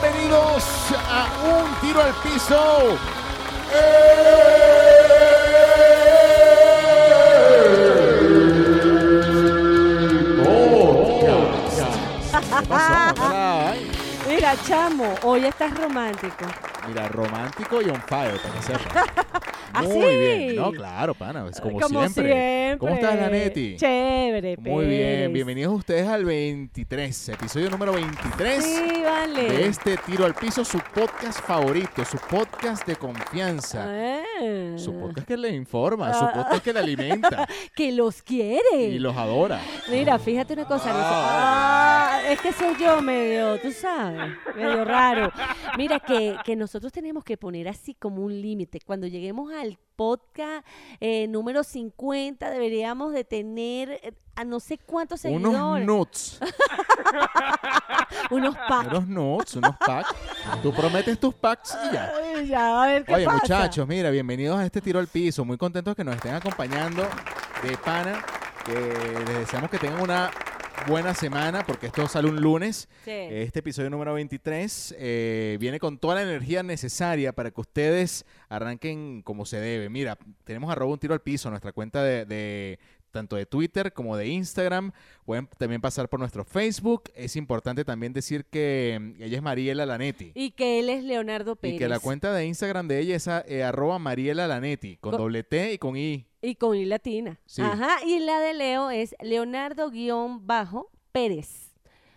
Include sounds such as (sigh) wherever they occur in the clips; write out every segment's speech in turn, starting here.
Bienvenidos a Un Tiro al Piso. ¿Qué pasó? Hola, ay. Ah, Mira, chamo, hoy estás romántico. Mira, romántico y on fire, para que (laughs) sepas. ¿Ah, Muy sí? bien. No, claro, pana. Es como, Como siempre. ¿Cómo estás, Lanetti? Chévere, pues. Muy bien. Pérez. Bienvenidos ustedes al 23, episodio número 23 Sí, vale. de este Tiro al Piso, su podcast favorito, su podcast de confianza. Ah, Su podcast que le informa, Ah. su podcast que le (laughs) alimenta que los quiere. y los adora. Mira, fíjate una cosa. no sé- Ah. Ah, es que soy yo medio, tú sabes, medio raro. Mira, que, que nosotros tenemos que poner así como un límite. Cuando lleguemos al podcast eh, número 50, deberíamos de tener eh, a no sé cuántos Unos seguidores. nuts, Unos packs. unos nuts, unos packs. Tú prometes tus packs y ya. Ay, ya, a ver qué Oye, pasa. muchachos, mira, bienvenidos a este tiro al piso. Muy contentos que nos estén acompañando de pana. que les deseamos que tengan una buena semana, porque esto sale un lunes. Sí. Este episodio número 23 eh, viene con toda la energía necesaria para que ustedes arranquen como se debe. Mira, tenemos arroba un tiro al piso, nuestra cuenta de, de- tanto de Twitter como de Instagram. Pueden también pasar por nuestro Facebook. Es importante también decir que mm, ella es Mariela Lanetti. Y que él es Leonardo Pérez. Y que la cuenta de Instagram de ella es a- eh, arroba Mariela Lanetti, con Co- doble T y con I. Y con I latina. Sí. Ajá. Y la de Leo es Leonardo-Pérez.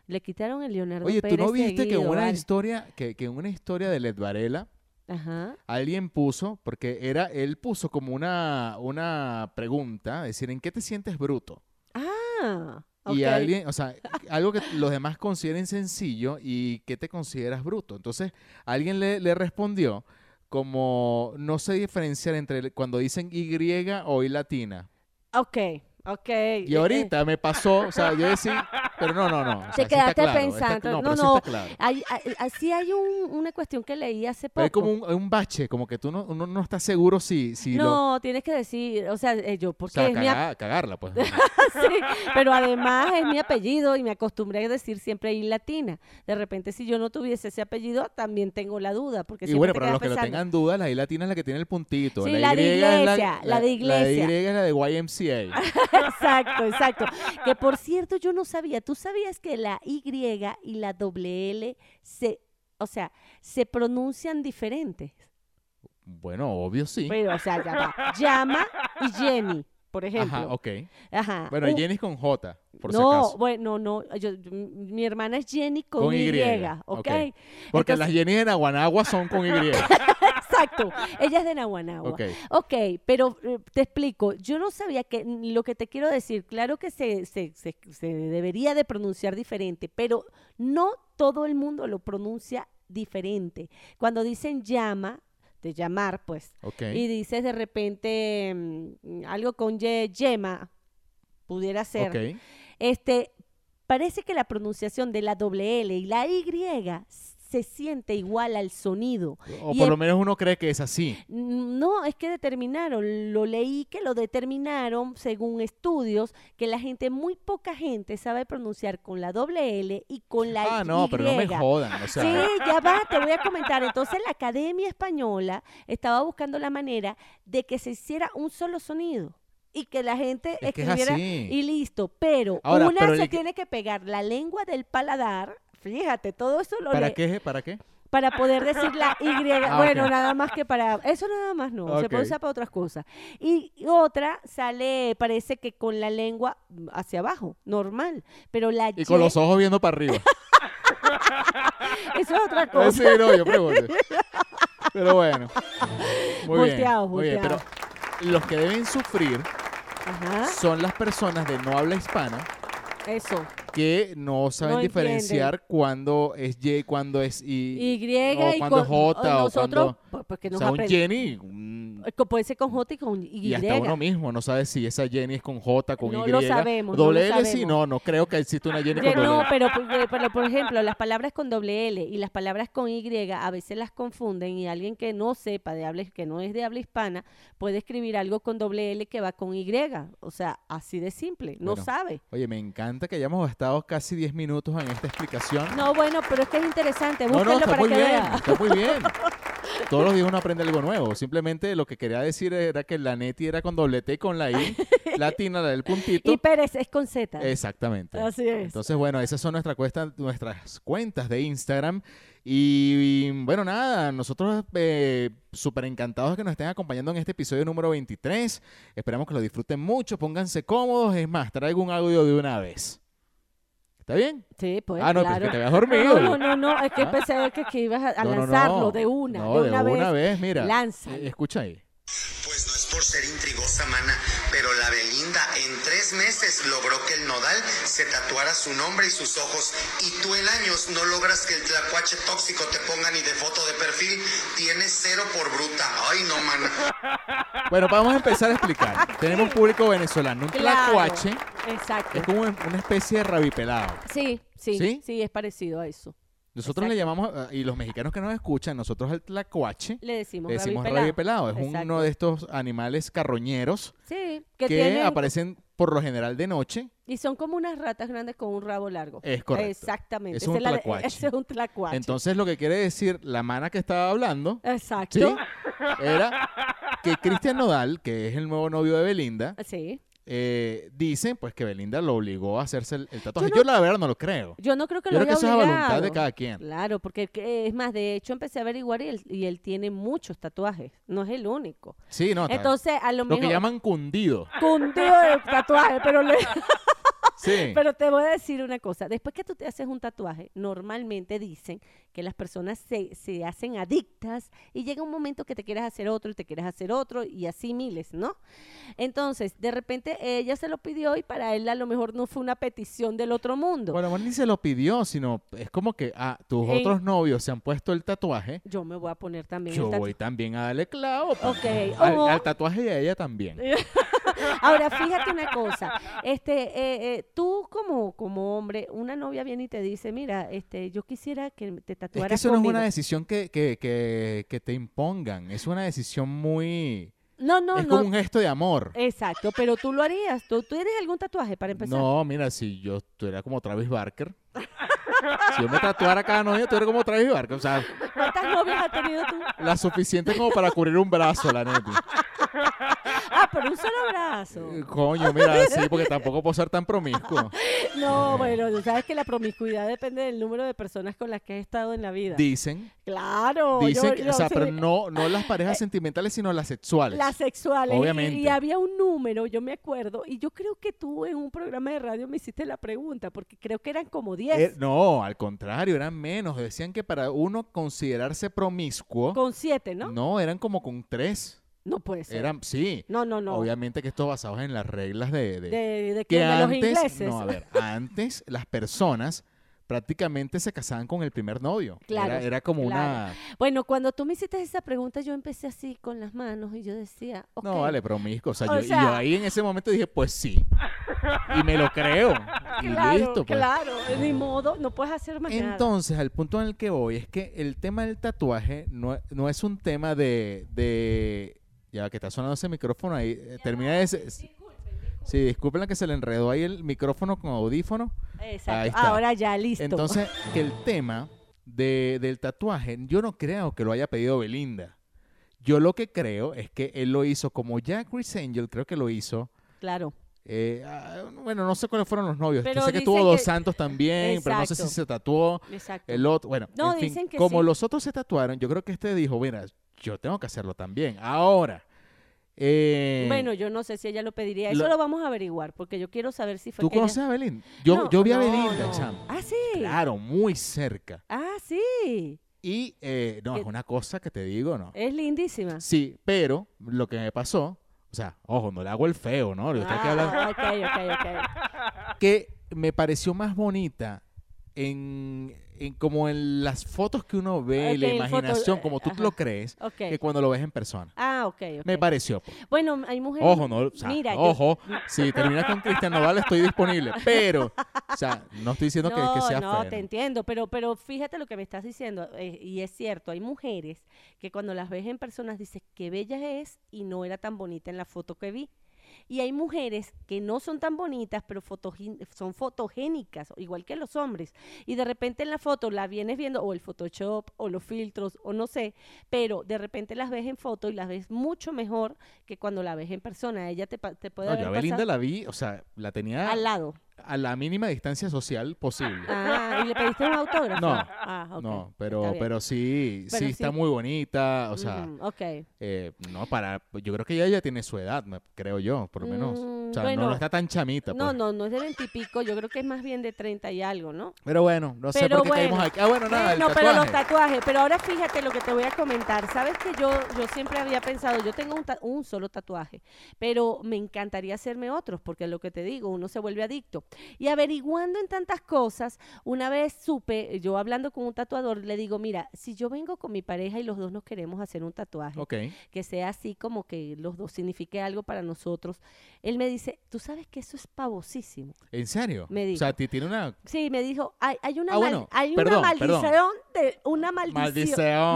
Le quitaron el Leonardo Oye, ¿tú Pérez. no viste que seguido, en una vale. historia, que, que en una historia de Led Varela, Ajá. alguien puso, porque era, él puso como una, una pregunta, decir, ¿en qué te sientes bruto? Ah. Y ok. alguien, o sea, algo que los demás consideren sencillo y que te consideras bruto. Entonces, alguien le, le respondió como no sé diferenciar entre el- cuando dicen Y o Y latina. Ok, ok. Y ahorita me pasó, o sea, yo decía, pero no, no, no. o sea, Eh, Te sí está quedaste claro, está- pensando, no, pero no, sí está no. claro. (laughs) Hay- hay- así hay un- una cuestión que leí hace poco. Pero hay como un, hay un bache, como que tú no, uno no estás seguro si, si lo... No, tienes que decir, o sea, eh, yo, O porque sea, es mi, ap- caga- cagarla, pues. (laughs) Sí, pero además es mi apellido y me acostumbré a decir siempre y latina. De repente, si yo no tuviese ese apellido, también tengo la duda. Porque Y siempre bueno, te para los que quedas lo pensando, tengan dudas, la I latina es la que tiene el puntito. Sí, la de Y es iglesia, la de iglesia. La de Y es la de (laughs) YMCA. (laughs) Exacto, exacto. Que por cierto, yo no sabía. ¿Tú sabías que la Y y la doble L se, o sea, se pronuncian diferentes? Bueno, obvio sí. Pero, o sea, ya (laughs) va. Llama y Jenny, por ejemplo. Ajá, ok. Ajá. Bueno, Un- Jenny es con J, por si no, acaso. bueno, no, yo- mi hermana es Jenny con, Con y, Y, ¿ok? ok. Porque entonces- las Jenny en Aguanagua son con Y. (laughs) Exacto, ella es de Naguanagua. ok. Ok, pero eh, te explico, yo no sabía que lo que te quiero decir, claro que se, se- se- se debería de pronunciar diferente, pero no todo el mundo lo pronuncia diferente. Cuando dicen llama, de llamar, pues, Ok. y dices de repente mm, algo con ye- yema, pudiera ser, ok. este, parece que la pronunciación de la doble L y la Y se siente igual al sonido. O y por el- lo menos uno cree que es así. No, es que determinaron, lo leí que lo determinaron según estudios que la gente, muy poca gente sabe pronunciar con la doble L y con la Ah, no, pero no me Y. jodan. O sea, Sí, ya va, te voy a comentar. Entonces la Academia Española estaba buscando la manera de que se hiciera un solo sonido y que la gente es que es escribiera así. y listo. Pero Ahora, una pero se el- tiene que pegar la lengua del paladar. Fíjate, todo eso lo ¿Para le- qué? ¿Para qué? para poder decir la Y. (laughs) Ah, bueno, ok. nada más que para. Eso nada más no. Se puede Ok. usar para otras cosas. Y otra sale, parece que con la lengua hacia abajo, normal. Pero la Y con los ojos viendo para (laughs) arriba. (laughs) Eso es otra Eh, cosa. sí, no, yo pregunto. Pero (laughs) bueno. Muy bien, Volteados, muy bien, volteados. pero los que deben sufrir Ajá. son las personas de no habla hispana Eso. que no saben No entienden. diferenciar cuándo es Y, cuándo es Y. Y. griega o y cuando con. J, o nosotros, pues, porque o nos sea, un aprendemos. Jenny. mm, Puede ser con J y con Y. Y hasta uno mismo no sabe si esa Jenny es con J, con No Y. lo sabemos, no lo Doble L sí, sabemos. no, no creo que exista una Jenny Ya, con doble no, L. pero, por- eh, pero, por ejemplo, las palabras con doble L y las palabras con Y a veces las confunden y alguien que no sepa de habla, que no es de habla hispana, puede escribir algo con doble L que va con Y. O sea, así de simple, no Bueno. sabe. Oye, me encanta que hayamos gasta- gastado casi 10 minutos en esta explicación. No, bueno, pero es que es interesante. No, Búsquenlo no, está para muy que bien, vea. está muy (laughs) bien. Todos los días uno aprende algo nuevo. Simplemente lo que quería decir era que la neti era con doble T y con la (laughs) I latina, la del puntito. Y Pérez es con Z. Exactamente. Así es. Entonces, bueno, esas son nuestra cuesta- nuestras cuentas de Instagram. Y, y, bueno, nada, nosotros eh, súper encantados de que nos estén acompañando en este episodio número 23. Esperamos que lo disfruten mucho, pónganse cómodos. Es más, traigo un audio de una vez. ¿Está bien? sí, pues. ah, no, pero es claro. que te habías dormido. No, no, no, no, es que Ah. pensé que, que ibas a, a No, no, lanzarlo no. de una, No, de una vez. mira. Lánzalo. Eh, Escucha ahí. Pues no es por ser intrigosa, mana, pero la Belinda en tres meses logró que el nodal se tatuara su nombre y sus ojos. Y tú en años no logras que el tlacuache tóxico te ponga ni de foto de perfil. Tienes cero por bruta. Ay, no, mana. Bueno, vamos a empezar a (laughs) explicar. Tenemos público venezolano. Un Claro, tlacuache Exacto. es como una especie de rabipelado. Sí, sí, ¿Sí? sí, es parecido a eso. Nosotros le llamamos, eh, y los mexicanos que nos escuchan, nosotros al tlacuache Le decimos, le decimos rabipelado. rabipelado. Es Exacto. uno de estos animales carroñeros Sí, que, que tienen- aparecen por lo general de noche. y son como unas ratas grandes con un rabo largo. Es correcto. Exactamente. Es Esa un la- tlacuache. ese es un tlacuache. Entonces, lo que quiere decir la mana que estaba (laughs) hablando, Exacto. ¿sí? Era que Cristian Nodal, que es el nuevo novio de Belinda, Sí. eh, dice pues que Belinda lo obligó a hacerse el, el tatuaje. Yo, Yo no- la verdad no lo creo. Yo no creo que Yo lo creo que eso haya es a voluntad de obligado. cada quien. Claro, porque que- es más, de hecho empecé a averiguar y él, y él tiene muchos tatuajes, no es el único. Sí, no. está- Entonces, a lo, lo mejor... que llaman (laughs) cundido. Cundido de tatuaje, pero, le- Sí. pero te voy a decir una cosa. Después que tú te haces un tatuaje, normalmente dicen que las personas se, se hacen adictas y llega un momento que te quieres hacer otro y te quieres hacer otro y así miles, ¿no? Entonces, de repente ella se lo pidió y para él a lo mejor no fue una petición del otro mundo. Bueno, bueno, ni se lo pidió, sino es como que ah, tus Ey. otros novios se han puesto el tatuaje. Yo me voy a poner también el Yo tatu- voy también a darle clavo. pues. Ok, Al, o- al tatuaje de ella (laughs) también. Ahora, fíjate una cosa, este, eh, eh, tú como, como hombre, una novia viene y te dice, mira, este, yo quisiera que te Es tatuaras que eso conmigo. no es una decisión que, que, que, que te impongan. Es una decisión muy. No, no, es no, como un gesto de amor. exacto, pero tú lo harías, ¿Tú, tú tienes algún tatuaje para empezar. No, mira, si yo estuviera como Travis Barker. si yo me tatuara cada novia, estuviera como Travis Barker. O sea, ¿Cuántas novias has tenido tú? la suficiente como para cubrir un brazo, la neta. Ah, por un solo brazo. Eh, Coño, mira, sí, porque tampoco puedo ser tan (laughs) promiscuo. No, bueno, tú sabes que la promiscuidad depende del número de personas con las que has estado en la vida. Dicen, claro. dicen, yo- que, yo o sea, sí. pero no, no las parejas sentimentales, sino las sexuales. Las sexuales. y- Obviamente. Y, había un número, yo me acuerdo, y yo creo que tú en un programa de radio me hiciste la pregunta, porque creo que eran como 10. Eh, no, al contrario, eran menos. Decían que para uno considerarse promiscuo, con 7, ¿no? ¿no? eran como con tres. No puede ser. Eran, sí. No, no, no. Obviamente que esto basado en las reglas de, de- De, de, de que quién, de los antes, ingleses. no, a ver, antes las personas prácticamente se casaban con el primer novio. Claro, Era, era como claro. una, Bueno, cuando tú me hiciste esa pregunta, yo empecé así con las manos y yo decía, ok. no, vale, promiscuo. O sea, O yo, y sea- yo ahí en ese momento dije, pues sí. Y me lo (laughs) creo. Claro, y listo, pues. claro, eh, ni modo, no puedes hacer más nada. Entonces, al punto en el que voy es que el tema del tatuaje no, no es un tema de, de- Ya que está sonando ese micrófono ahí. eh, termina de... se- Sí, disculpen la que se le enredó ahí el micrófono con audífono. Exacto. Ahí está. Ahora ya, listo. Entonces, que el tema de- del tatuaje, yo no creo que lo haya pedido Belinda. Yo lo que creo es que él lo hizo como ya Chris Angel, creo que lo hizo. claro. eh, ah, bueno, no sé cuáles fueron los novios. Pero sé que dicen tuvo dos que- santos también, pero no sé si Exacto. se tatuó. Exacto. El otro, bueno, No, en fin, dicen que como sí. los otros se tatuaron, yo creo que este dijo, mira, yo tengo que hacerlo también. Ahora, eh, Bueno, yo no sé si ella lo pediría. lo- Eso lo vamos a averiguar, porque yo quiero saber si fue ¿tú que ella- conoces a Belinda? Yo, No, yo vi a no, Belinda, no. chamo. Ah, sí. Claro, muy cerca. Ah, sí. Y eh, no, Que- Eh. es una cosa que te digo, ¿no? Es lindísima. Sí, pero lo que me pasó, o sea, ojo, no le hago el feo, ¿no? Yo estoy aquí hablando- Ah, ok, ok, ok. Ah. que me pareció más bonita en, en como en las fotos que uno ve y la Ok, en foto- eh, imaginación, como tú ajá. lo crees, Ok. (laughs) que cuando lo ves en persona. Ah, ok, ok. Me pareció. pues. Bueno, hay mujeres... Ojo, no, o sea, Mira, yo- (laughs) ojo, si terminas con Cristian Nodal estoy disponible, pero, o sea, no estoy diciendo que, que sea no, feo. te entiendo, pero, pero fíjate lo que me estás diciendo, eh, y es cierto, hay mujeres que cuando las ves en personas dices, qué bella es, y no era tan bonita en la foto que vi. Y hay mujeres que no son tan bonitas, pero fotogin- son fotogénicas, igual que los hombres. Y de repente en la foto la vienes viendo, o el Photoshop, o los filtros, o no sé, pero de repente las ves en foto y las ves mucho mejor que cuando la ves en persona. Ella te, pa- te puede No, haber yo a Belinda pasado la vi, o sea, la tenía al lado. a la mínima distancia social posible. Ah, ¿y le pediste un autógrafo? No, Ah, ok. No, pero, Está bien. pero sí, Pero sí está sí. muy bonita, o sea, Ujú, ok. eh, no, para, yo creo que ella ya tiene su edad, me- creo yo, por lo menos. Mm, o sea, no, bueno. no está tan chamita. No, pues. no, no es de veintipico, yo creo que es más bien de treinta y algo, ¿no? Pero bueno, no sé Pero por qué bueno. caímos aquí. Ah, bueno, nada, el no, pero los tatuaje. tatuajes. Pero ahora fíjate lo que te voy a comentar. Sabes que yo, yo siempre había pensado, yo tengo un, ta- un solo tatuaje, pero me encantaría hacerme otros, porque lo que te digo, uno se vuelve adicto. Y averiguando en tantas cosas, una vez supe, yo hablando con un tatuador, le digo, mira, si yo vengo con mi pareja y los dos nos queremos hacer un tatuaje, Ok. que sea así como que los dos signifique algo para nosotros, él me dice, tú sabes que eso es pavosísimo. ¿En serio? Me O sea, ti- tiene una Sí, me dijo, hay, hay una, Ah, mal- bueno, hay perdón, una perdón. maldición de una maldición,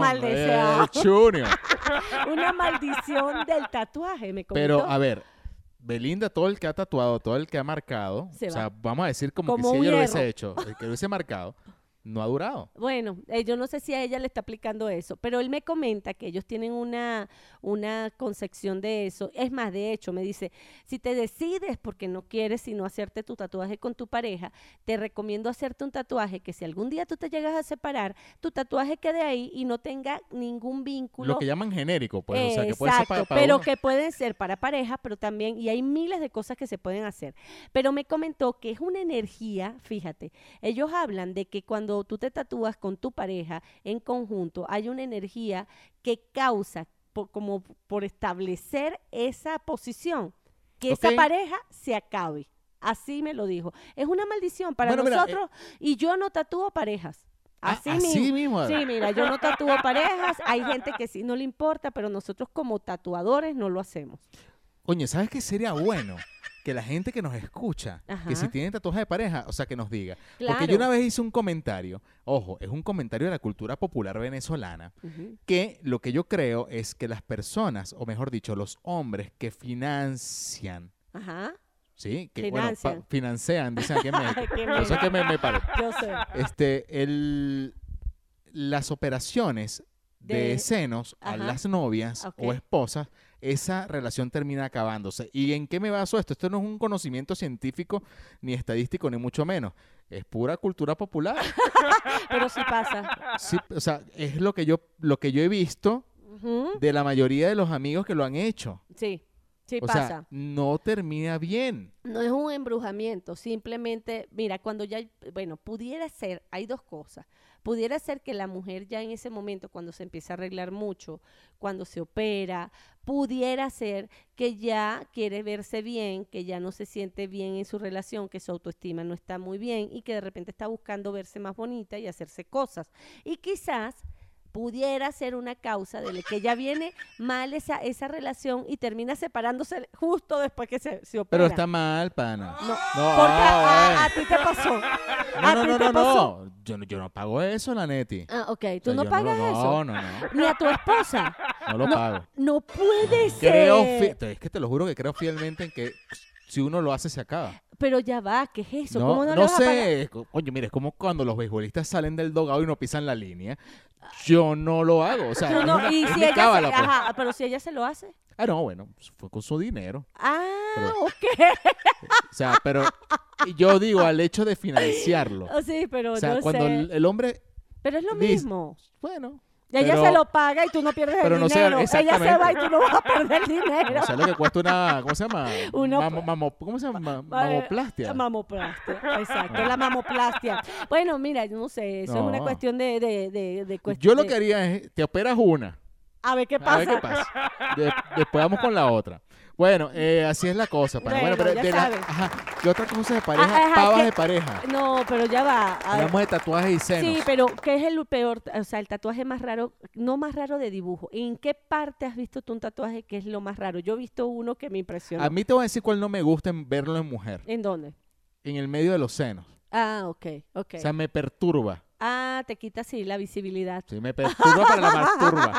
maldición. maldición, eh, (laughs) Junior. una maldición del tatuaje, me comentó. Pero, ah, a ver, Belinda, todo el que ha tatuado, todo el que ha marcado, Se o sea, vamos a decir como, Como que si un ella lo hierro. hubiese hecho, el que lo hubiese marcado, no ha durado. Bueno, eh, yo no sé si a ella le está aplicando eso, pero él me comenta que ellos tienen una, una concepción de eso. Es más, de hecho, me dice, si te decides porque no quieres sino hacerte tu tatuaje con tu pareja, te recomiendo hacerte un tatuaje que si algún día tú te llegas a separar, tu tatuaje quede ahí y no tenga ningún vínculo Lo que llaman genérico, pues, o sea, que puede ser Exacto, para, pero que pueden ser para pareja, pero también, y hay miles de cosas que se pueden hacer. Pero me comentó que es una energía, fíjate, ellos hablan de que cuando tú te tatúas con tu pareja en conjunto, hay una energía que causa, por- como por establecer esa posición, que esa Ok. pareja se acabe. Así me lo dijo. Es una maldición para Bueno, mira, eh, Ah, nosotros y yo no tatúo parejas. Así, mismo. así mismo. ah, Sí, mira, yo no (laughs) tatúo parejas, hay gente que sí no le importa, pero nosotros como tatuadores no lo hacemos. Oye, ¿sabes qué sería bueno? Que la gente que nos escucha, Ajá. que si tienen tatuaje de pareja, o sea, que nos diga. Claro. Porque yo una vez hice un comentario, ojo, es un comentario de la cultura popular venezolana, Ujú. que lo que yo creo es que las personas, o mejor dicho, los hombres que financian, Ajá. ¿sí? Que, bueno, pa- Financian. financean, dicen (laughs) aquí en México. Qué Por eso es bien. que me, me paro. Yo sé. Este, el, las operaciones de, De- senos a Ajá. las novias Ok. o esposas, esa relación termina acabándose. ¿Y en qué me baso esto? Esto no es un conocimiento científico, ni estadístico, ni mucho menos. Es pura cultura (laughs) popular. Pero sí pasa. Sí, o sea, es lo que yo, lo que yo he visto Ujú. de la mayoría de los amigos que lo han hecho. Sí, sí o pasa. sea, no termina bien. No es un embrujamiento, simplemente, mira, cuando ya, hay- bueno, pudiera ser, hay dos cosas. Pudiera ser que la mujer ya en ese momento, cuando se empieza a arreglar mucho, cuando se opera, pudiera ser que ya quiere verse bien, que ya no se siente bien en su relación, que su autoestima no está muy bien y que de repente está buscando verse más bonita y hacerse cosas. Y quizás pudiera ser una causa de la que ya viene mal esa, esa relación y termina separándose justo después que se, se opera. Pero está mal, pana. No. No, Porque ah, a, a bueno. ti te pasó. (laughs) No, a no, ti no, te no, pasó. no. Yo, no- yo no pago eso, la neti. Ah, ok. Tú O sea, no yo pagas lo- eso. No, no, no. Ni a tu esposa. No lo No. pago. No puede Creo ser. fi- es que te lo juro que creo fielmente en que si uno lo hace se acaba. Pero ya va, ¿qué es eso? No, ¿Cómo no, no le vas a pagar? sé. Co- Oye, mira, es como cuando los beisbolistas salen del dogado y no pisan la línea. Yo no lo hago. O sea, Tú es no- una- y es si mi ella cábala, se, pues. ajá, pero si ella se lo hace. Ah, no, bueno, fue con su dinero. Ah, Pero- ok. (laughs) O sea, pero yo digo al hecho de (laughs) financiarlo. Oh, sí, pero O sea, no cuando sé. el el hombre, Pero es lo dice- mismo. bueno, Y ella pero- se lo paga y tú no pierdes pero el no sé, dinero. ella se va y exactamente. tú no vas a perder el (laughs) dinero. o sea, lo que cuesta una, ¿cómo se llama? Una- Mamo- mamo- ¿Cómo se llama? Ma- Vale, Mamoplastia. (laughs) La mamoplastia, exacto, la mamoplastia. Bueno, mira, yo no sé, eso es una No. cuestión de, de, de, de cuest- Yo lo de- que haría es, te operas una. A ver pues, eh, qué pasa. A ver qué pasa. De- después vamos con la otra. Bueno, eh, así es la cosa. pana. Bueno, Bueno, pero ya de la- sabes. ajá, ¿qué otra cosa de pareja? Ah, ajá, Pavas que- de pareja. No, pero ya va. a ver. Hablamos de tatuajes y senos. Sí, pero ¿qué es el peor? O sea, el tatuaje más raro, no más raro de dibujo. ¿En qué parte has visto tú un tatuaje que es lo más raro? Yo he visto uno que me impresionó. A mí te voy a decir cuál no me gusta en verlo en mujer. ¿En dónde? En el medio de los senos. Ah, ok, ok. O sea, me perturba. Ah, te quita sí la visibilidad. Sí, me perturba para (laughs) la masturba.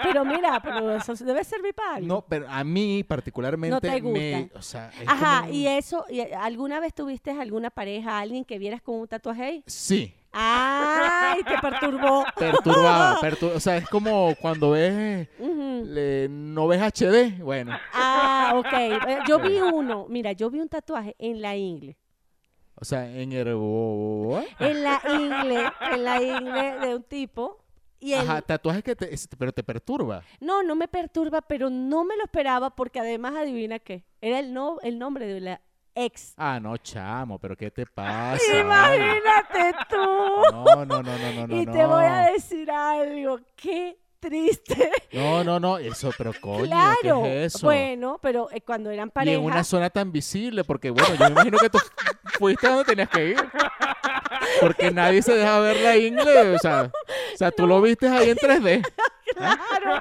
Pero mira, pero eso debe servir para algo. No, pero a mí particularmente No te me... gusta. O sea, es Ajá, como un- y eso, y, eh, ¿alguna vez tuviste alguna pareja, alguien que vieras con un tatuaje ahí? Sí, ¡Ay, te perturbó! (laughs) perturbado. pertur- O sea, es como cuando ves... Ujú. le- no ves HD. Bueno, Ah, ok. Eh, Yo vi uno, mira, yo vi un tatuaje en la ingle. o sea, en el... bo- En la ingle, en la ingle de un tipo. Y él, Ajá, tatuajes que te... es- Pero te perturba. no, no me perturba, pero no me lo esperaba porque además adivina qué. Era el, no, el nombre de la ex. Ah, no, chamo, pero ¿qué te pasa? Ale? Imagínate tú. No, no, no, no, no, no. y te voy a no. decir algo, qué triste. No, no, no, eso, pero coño, claro. ¿qué es eso? Bueno, pero eh, cuando eran y pareja, en una zona tan visible, porque bueno, yo me imagino que tú fuiste a donde tenías que ir. Porque nadie se deja ver la ingle, o sea, o sea, tú lo viste ahí en 3D. (laughs) claro,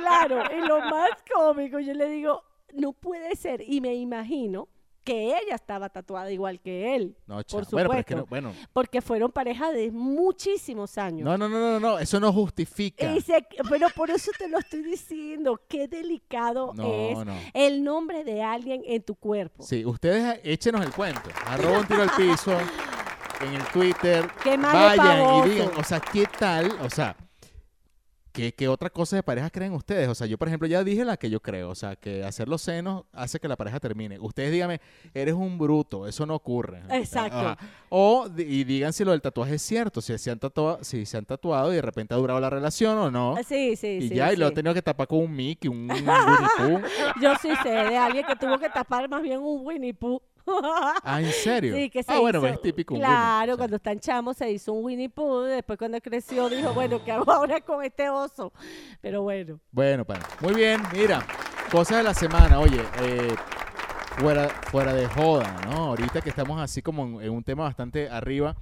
claro, y lo más cómico, yo le digo, no puede ser y me imagino que ella estaba tatuada igual que él, No, chao. Por Bueno, pero es que no, supuesto. bueno. porque fueron pareja de muchísimos años. No, no, no, no, no, eso no justifica. Y se- pero por eso te lo estoy diciendo, qué delicado es No, no. el nombre de alguien en tu cuerpo. Sí, ustedes eh, échenos el (laughs) cuento. Arroba un tiro al piso en el Twitter. Qué malo Vayan pavoso. y digan, o sea, ¿qué tal? O sea, ¿qué, ¿qué otra cosa de pareja creen ustedes? O sea, yo, por ejemplo, ya dije la que yo creo. O sea, que hacer los senos hace que la pareja termine. Ustedes díganme, eres un bruto, eso no ocurre. Exacto. Ajá. O, di- y digan si lo del tatuaje es cierto, si se han tatuado, si se han tatuado y de repente ha durado la relación o no. Sí, sí, y sí, ya, y lo he sí. tenido que tapar con un Mickey, un (laughs) Winnie Pooh. Yo sí sé de alguien que tuvo que tapar más bien un Winnie Pooh. (laughs) Ah, ¿en serio? Sí, que se ah, bueno, hizo- es típico. un Winnie, Claro, o sea. cuando están chamos se hizo un Winnie Pooh, después cuando creció dijo, bueno, ¿qué hago ahora con este oso? Pero bueno, Bueno, pana. Muy bien, mira. Cosas de la semana, oye. eh, fuera, fuera de joda, ¿no? Ahorita que estamos así como en, en un tema bastante arriba.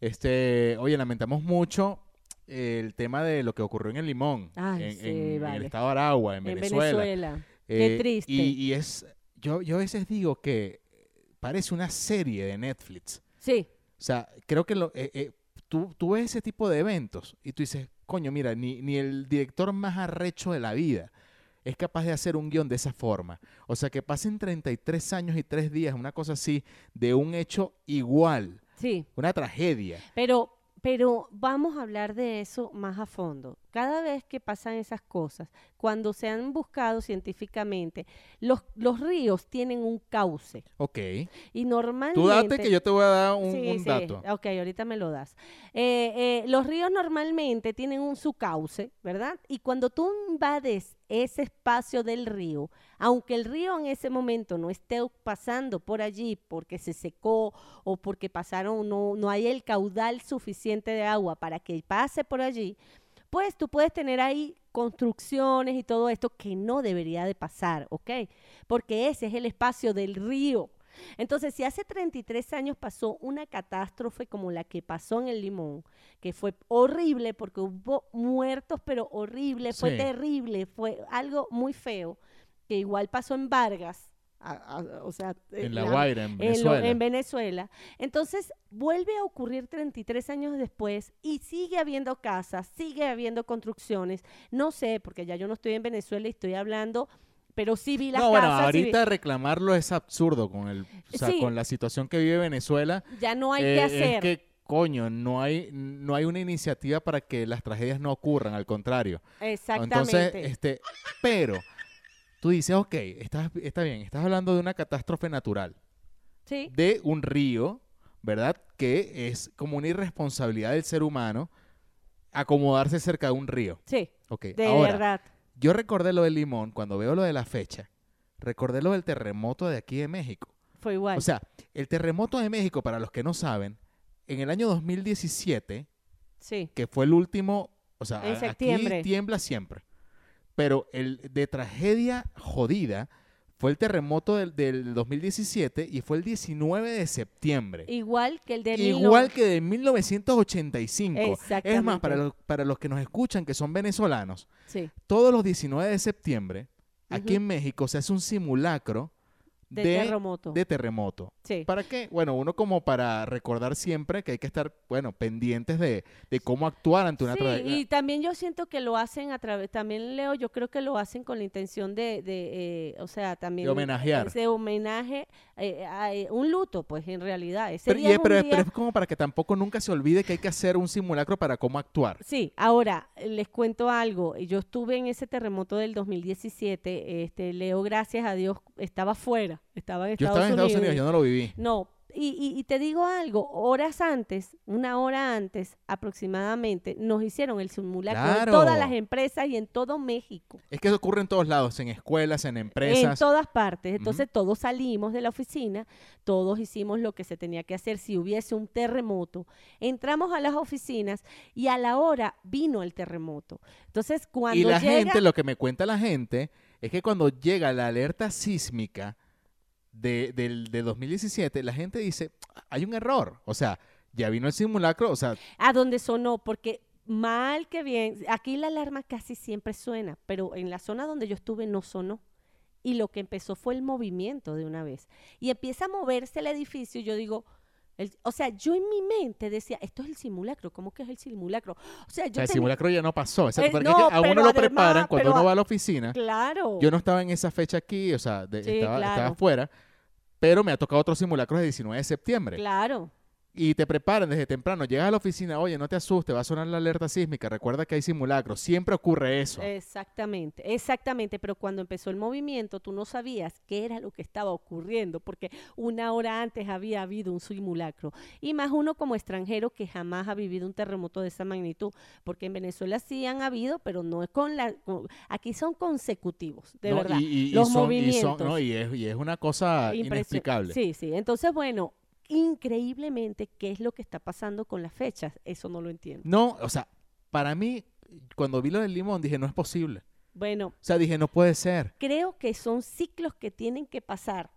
Este, oye, lamentamos mucho el tema de lo que ocurrió en el Limón. Ay, en, sí, en- en el vale. estado de Aragua, en en Venezuela. Venezuela. Qué Eh, triste. Y, y es. Yo, yo a veces digo que parece una serie de Netflix. Sí, O sea, creo que lo, eh, eh, tú, tú ves ese tipo de eventos y tú dices, coño, mira, ni, ni el director más arrecho de la vida es capaz de hacer un guión de esa forma. O sea, que pasen 33 años y 3 días, una cosa así, de un hecho igual, sí. una tragedia. Pero, pero vamos a hablar de eso más a fondo. Cada vez que pasan esas cosas, cuando se han buscado científicamente, los, los ríos tienen un cauce. Ok. Y normalmente... Tú date que yo te voy a dar un, Sí, Ah, un sí. dato. Ok, ahorita me lo das. Eh, eh, los ríos normalmente tienen un su cauce, ¿verdad? Y cuando tú invades ese espacio del río, aunque el río en ese momento no esté pasando por allí porque se secó o porque pasaron, no, no hay el caudal suficiente de agua para que pase por allí, pues tú puedes tener ahí construcciones y todo esto que no debería de pasar, ¿ok? Porque ese es el espacio del río. Entonces, si hace 33 años pasó una catástrofe como la que pasó en el Limón, que fue horrible porque hubo muertos, pero horrible, fue Sí. terrible, fue algo muy feo, que igual pasó en Vargas, a- a- o sea, eh, En La la- Guaira, en en, lo- Venezuela. en Venezuela. Entonces, vuelve a ocurrir 33 años después y sigue habiendo casas, sigue habiendo construcciones. No sé, porque ya yo no estoy en Venezuela y estoy hablando, pero sí vi las no, bueno, casas. sí vi- ahorita reclamarlo es absurdo con, el, o sea, Sí. con la situación que vive Venezuela. ya no hay Eh, que hacer. Es que, coño, no hay, no hay una iniciativa para que las tragedias no ocurran, al contrario. Exactamente. Entonces, este, pero tú dices, ok, estás, está bien, estás hablando de una catástrofe natural, sí, de un río, ¿verdad? Que es como una irresponsabilidad del ser humano acomodarse cerca de un río. sí, Ok, de ahora, verdad. yo recordé lo del limón cuando veo lo de la fecha. Recordé lo del terremoto de aquí de México. Fue igual. O sea, el terremoto de México, para los que no saben, en el año 2017, sí, que fue el último, o sea, En a- septiembre. aquí tiembla siempre. Pero el de tragedia jodida fue el terremoto del, del 2017 y fue el 19 de septiembre. igual que el de Nilo. Igual que de 1985. Es más, Exactamente. para, los- para los que nos escuchan que son venezolanos, Sí. todos los 19 de septiembre, aquí Ujú. en México se hace un simulacro De terremoto. de terremoto. Sí. ¿Para qué? Bueno, uno como para recordar siempre que hay que estar, bueno, pendientes de, de cómo actuar ante una Sí, tragedia. y también yo siento que lo hacen a través, también Leo, yo creo que lo hacen con la intención de, de, eh, o sea, también... De homenajear. De homenaje eh, a eh, un luto, pues en realidad. Ese Pero, día y- es un pero- día- pero es como para que tampoco nunca se olvide que hay que hacer un simulacro para cómo actuar. Sí, ahora eh, les cuento algo. Yo estuve en ese terremoto del 2017, este, Leo, gracias a Dios, estaba fuera, estaba en Yo Estados estaba en Estados Unidos. Unidos, yo no lo viví. No, y, y- y te digo algo, horas antes, una hora antes aproximadamente, nos hicieron el simulacro Claro. en todas las empresas y en todo México, Es que eso ocurre en todos lados, en escuelas, en en empresas. todas partes. Entonces todos salimos de la oficina, todos hicimos lo que se tenía que hacer si hubiese un terremoto. Entramos a las oficinas y a la hora vino el terremoto. Entonces cuando y la llega... gente, lo que me cuenta la gente, es que cuando llega la alerta sísmica de, del, de 2017, la gente dice, "Ah, hay un error. O sea, ya vino el simulacro, o sea, a donde sonó, porque mal que bien, aquí la alarma casi siempre suena, pero en la zona donde yo estuve no sonó. Y lo que empezó fue el movimiento de una vez. Y empieza a moverse el edificio y yo digo, el- o sea, yo en mi mente decía, esto es el simulacro, ¿cómo que es el simulacro? O o sea, sea, yo... el tenía- simulacro ya no pasó. O sea, Eh, porque no, es que a uno pero lo además, preparan cuando pero uno a- va a la oficina. Claro. Yo no estaba en esa fecha aquí, o sea, de- Sí, estaba, claro. estaba fuera, pero me ha tocado otros simulacros de 19 de septiembre. Claro. Y te preparan desde temprano, llegas a la oficina, oye, no te asustes, va a sonar la alerta sísmica, recuerda que hay simulacro, siempre ocurre eso. Eh, Exactamente, exactamente, pero cuando empezó el movimiento tú no sabías qué era lo que estaba ocurriendo, porque una hora antes había habido un simulacro, y más uno como extranjero que jamás ha vivido un terremoto de esa magnitud, porque en Venezuela sí han habido, pero no es con la... con- aquí son consecutivos, de No, verdad, y- y- y son- y los son- movimientos. no, y es, y es una cosa Impresio- inexplicable. Sí, sí, entonces bueno, increíblemente, ¿qué es lo que está pasando con las fechas? Eso no lo entiendo. No, o sea, para mí, cuando vi lo del limón, dije, no es posible. Bueno, O sea, dije, no puede ser. creo que son ciclos que tienen que pasar.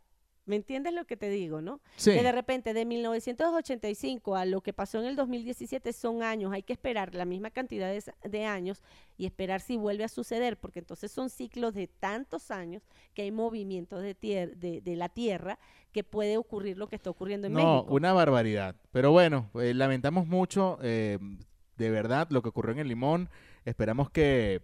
¿Me entiendes lo que te digo, no? Sí. Que de repente de 1985 a lo que pasó en el 2017 son años, hay que esperar la misma cantidad de, s- de años y esperar si vuelve a suceder, porque entonces son ciclos de tantos años que hay movimientos de, tier- de, de la Tierra que puede ocurrir lo que está ocurriendo en No, México. una barbaridad. Pero bueno, eh, lamentamos mucho, eh, de verdad, lo que ocurrió en el Limón. Esperamos que,